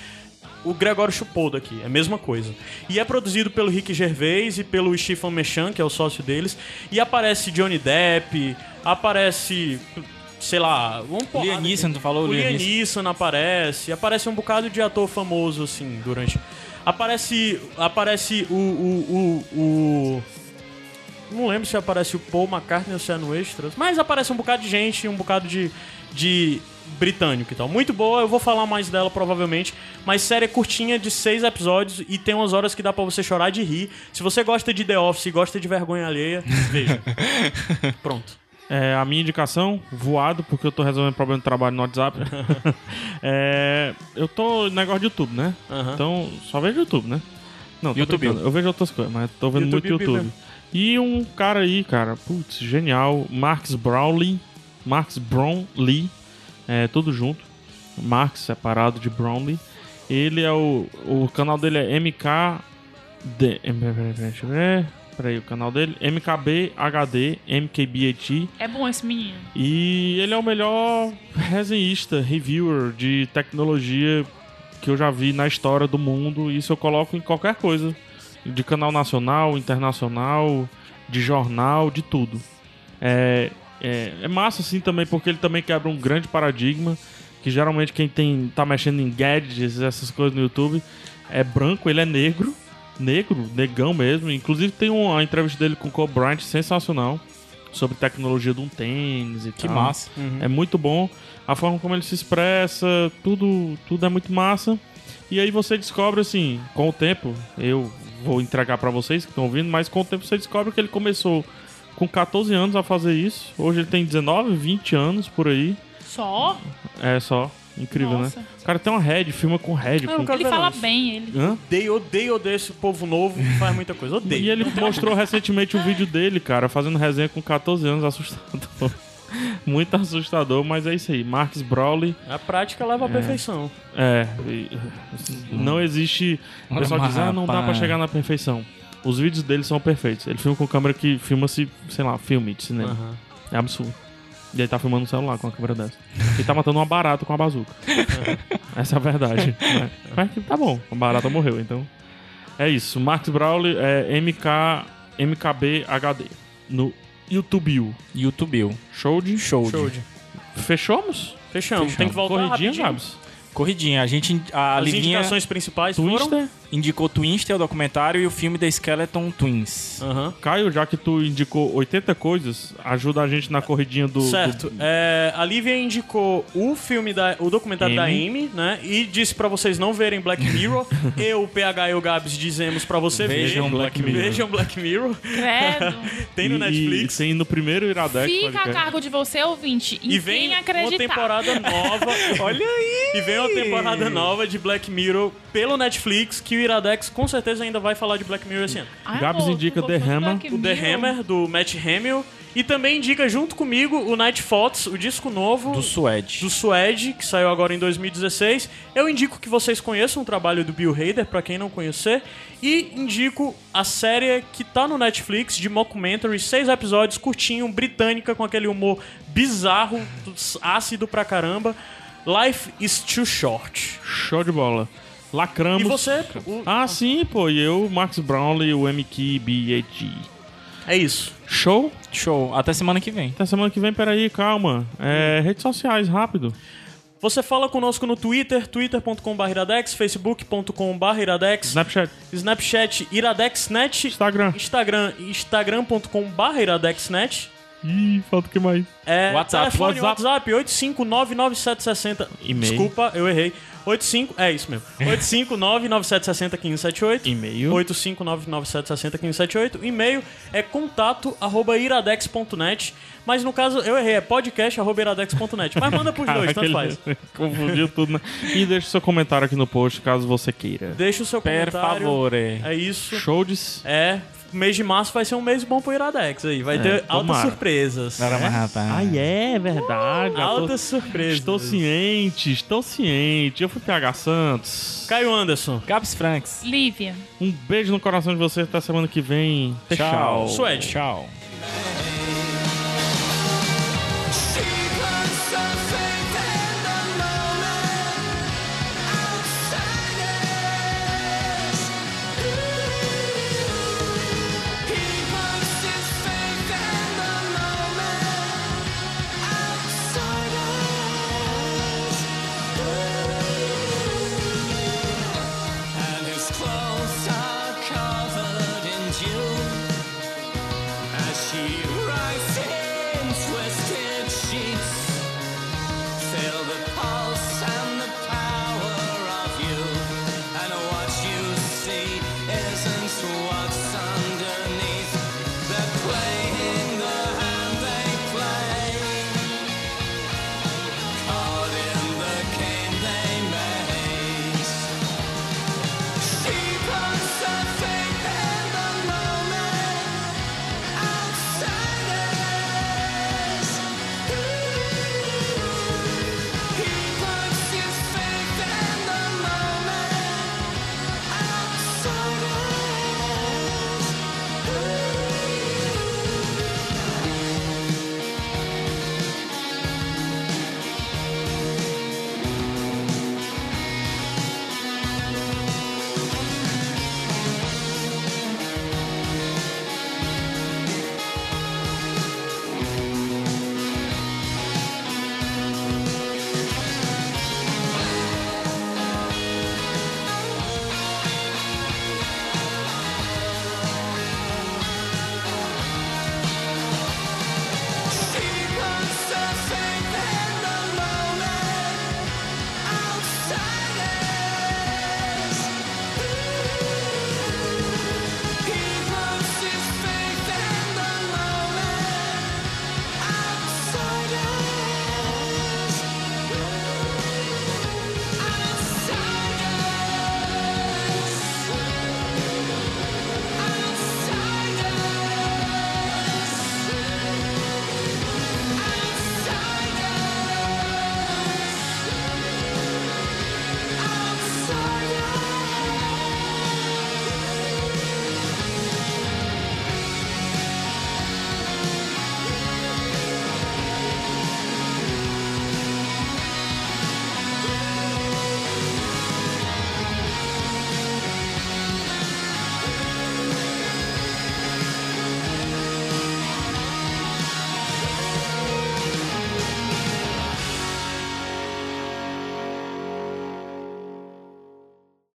S2: o Gregório Chupoldo aqui, é a mesma coisa. E é produzido pelo Rick Gervais e pelo Stephen Mechan, que é o sócio deles. E aparece Johnny Depp, aparece, sei lá, um porrada
S3: Liam
S2: de-
S3: Neeson, tu falou
S2: O
S3: Liam
S2: Liam
S3: Neeson.
S2: Neeson aparece, aparece um bocado de ator famoso, assim, durante... Aparece, aparece o, o, o, o... Não lembro se aparece o Paul McCartney ou se é no Extras, mas aparece um bocado de gente, um bocado de, de britânico e tal. Muito boa, eu vou falar mais dela provavelmente, mas série é curtinha de seis episódios e tem umas horas que dá pra você chorar de rir. Se você gosta de The Office e gosta de vergonha alheia,
S3: *laughs*
S2: veja. Pronto.
S1: É, a minha indicação, voado, porque eu tô resolvendo problema de trabalho no WhatsApp. *laughs* É, eu tô em negócio de YouTube, né?
S2: Aham.
S1: Então, só vejo YouTube, né? Não, tô
S3: YouTube.
S1: brincando. eu vejo outras coisas, mas tô vendo
S2: YouTube,
S1: muito
S2: YouTube.
S1: YouTube. E um cara aí, cara, putz, genial, Marx Brownlee, Marx Brownlee, é, tudo junto, Marx separado de Brownlee. Ele é o, o canal dele é MK de, em- peraí, peraí, peraí, deixa eu ver. Peraí, o canal dele, MKBHD, MKBHD,
S5: É bom esse menino.
S1: e ele é o melhor *laughs* resenhista, reviewer de tecnologia que eu já vi na história do mundo. Isso eu coloco em qualquer coisa. De canal nacional, internacional, de jornal, de tudo. É, é, é massa assim também, porque ele também quebra um grande paradigma. Que geralmente quem tem, tá mexendo em gadgets, essas coisas no YouTube, é branco, ele é negro. Negro, negão mesmo. Inclusive tem uma entrevista dele com o Kobe Bryant sensacional sobre tecnologia de um tênis e
S3: Que
S1: tal.
S3: massa.
S1: É muito bom. A forma como ele se expressa, tudo, tudo é muito massa. E aí você descobre assim, com o tempo, eu vou entregar pra vocês que estão ouvindo, mas com o tempo você descobre que ele começou com 14 anos a fazer isso. Hoje ele tem 19, 20 anos por aí.
S5: Só?
S1: É só incrível,
S5: Nossa. Ah,
S1: né? O cara tem uma head, filma com head,
S2: Não,
S1: com
S2: Quero
S5: Ele
S2: ver
S5: fala
S2: isso.
S5: bem,
S2: *laughs*
S5: ele.
S1: Hã?
S2: Odeio, odeio, odeio esse povo novo que faz muita coisa. Odeio.
S1: E ele mostrou recentemente o vídeo dele, cara, fazendo resenha com 14 anos, assustador. *laughs* Muito assustador, mas é isso aí. Marques Brawley,
S2: A prática leva à perfeição.
S1: é. e- Não existe. O pessoal
S3: Mas,
S1: diz, ah, não dá pra
S3: rapaz.
S1: chegar na perfeição. Os vídeos dele são perfeitos. Ele filma com câmera que filma-se, sei lá, filme de cinema.
S2: Aham.
S1: É absurdo. E ele tá filmando no celular com uma câmera dessa. E tá matando uma barata com uma
S3: *laughs*
S1: bazuca. Essa é a verdade. né? Mas que tá bom, a barata morreu, então. É isso. Max Brawley é MK, MKBHD no YouTube.
S3: YouTube.
S1: Show de.
S3: Show.
S2: Show de.
S1: Fechamos?
S2: Fechamos. Tem que voltar
S1: Corridinha,
S2: rapidinho.
S1: Jabs.
S3: Corridinha. A gente. A
S2: As
S3: Livinha
S2: indicações principais foram...
S1: Twister.
S3: indicou Twinster, o documentário, e o filme The Skeleton Twins.
S2: Aham.
S1: Caio, já que tu indicou 80 coisas, ajuda a gente na corridinha do.
S2: Certo.
S1: do-
S2: É, a Lívia indicou o filme da, o documentário da Amy, né? E disse pra vocês não verem Black
S1: *laughs*
S2: Mirror. eu, o PH e o Gabs dizemos pra você ver.
S3: Vejam Black Mirror.
S2: Vejam Black Mirror.
S5: Credo.
S2: Tem no
S1: e-
S2: Netflix.
S1: E tem no primeiro
S2: Tá,
S1: Iradex.
S5: Fica a
S1: podcast.
S5: cargo de você, ouvinte. Em
S2: E vem
S5: quem
S2: uma
S5: acreditar.
S2: temporada nova. Olha aí! E vem uma temporada nova de Black Mirror pelo Netflix, que o Iradex com certeza ainda vai falar de Black Mirror esse ano.
S5: Ai,
S1: Gabs
S5: amor,
S1: indica
S5: tu gostou
S1: The
S5: do
S1: Hammer.
S5: Black
S2: O The
S5: Mirror?
S2: Hammer, do Matt Hamill. E também indica junto comigo o Night Thoughts, o disco novo
S3: Do Suede.
S2: do Suede, que saiu agora em 2016. Eu indico que vocês conheçam o trabalho do Bill Hader, pra quem não conhecer, e indico a série que tá no Netflix de mockumentary, seis episódios, curtinho, britânica, com aquele humor bizarro, ácido pra caramba. Life is too short.
S1: Show de bola. Lacramos.
S2: E você? o-
S1: Ah, sim, pô. E eu, Max Brownlee, o MKBHD.
S2: É isso.
S1: Show?
S3: Show. Até semana que vem.
S1: Até semana que vem, peraí, calma. É, redes sociais, rápido.
S2: Você fala conosco no Twitter, twitter.com.br iradex, facebook.com.br iradex,
S1: Snapchat,
S2: Snapchat iradexnet,
S1: Instagram.
S2: Instagram, instagram.com.br iradexnet.
S1: Ih, falta o que mais?
S2: É,
S3: WhatsApp,
S2: telefone,
S3: WhatsApp.
S2: WhatsApp, 8599760.
S1: E-mail.
S2: Desculpa, eu errei. 85, é
S1: *laughs*
S2: isso mesmo. 85997601578.
S1: E-mail.
S2: 85997601578. E-mail é contato arroba iradex.net. Mas no caso, eu errei, é podcast arroba iradex.net. Mas manda pros
S1: *laughs*
S2: dois, tanto
S1: ele
S2: faz.
S1: confundiu tudo, né? E deixa seu comentário aqui no post, caso você queira.
S2: Deixa o seu
S3: Per
S2: comentário.
S3: favore.
S2: É isso.
S1: Show de...
S2: É, mês de março vai ser um mês bom pro Iradex aí. Vai ter
S1: É,
S2: altas
S1: tomara.
S2: surpresas.
S1: Ah, é verdade. eu tô-
S2: Altas surpresas.
S1: Estou ciente, estou ciente. Eu fui PH Santos.
S2: Caio Anderson.
S3: Gabs Franks.
S5: Lívia.
S1: Um beijo no coração de vocês. Até semana que vem. Tchau.
S2: Suede.
S3: Tchau.
S7: Clothes are covered in dew as she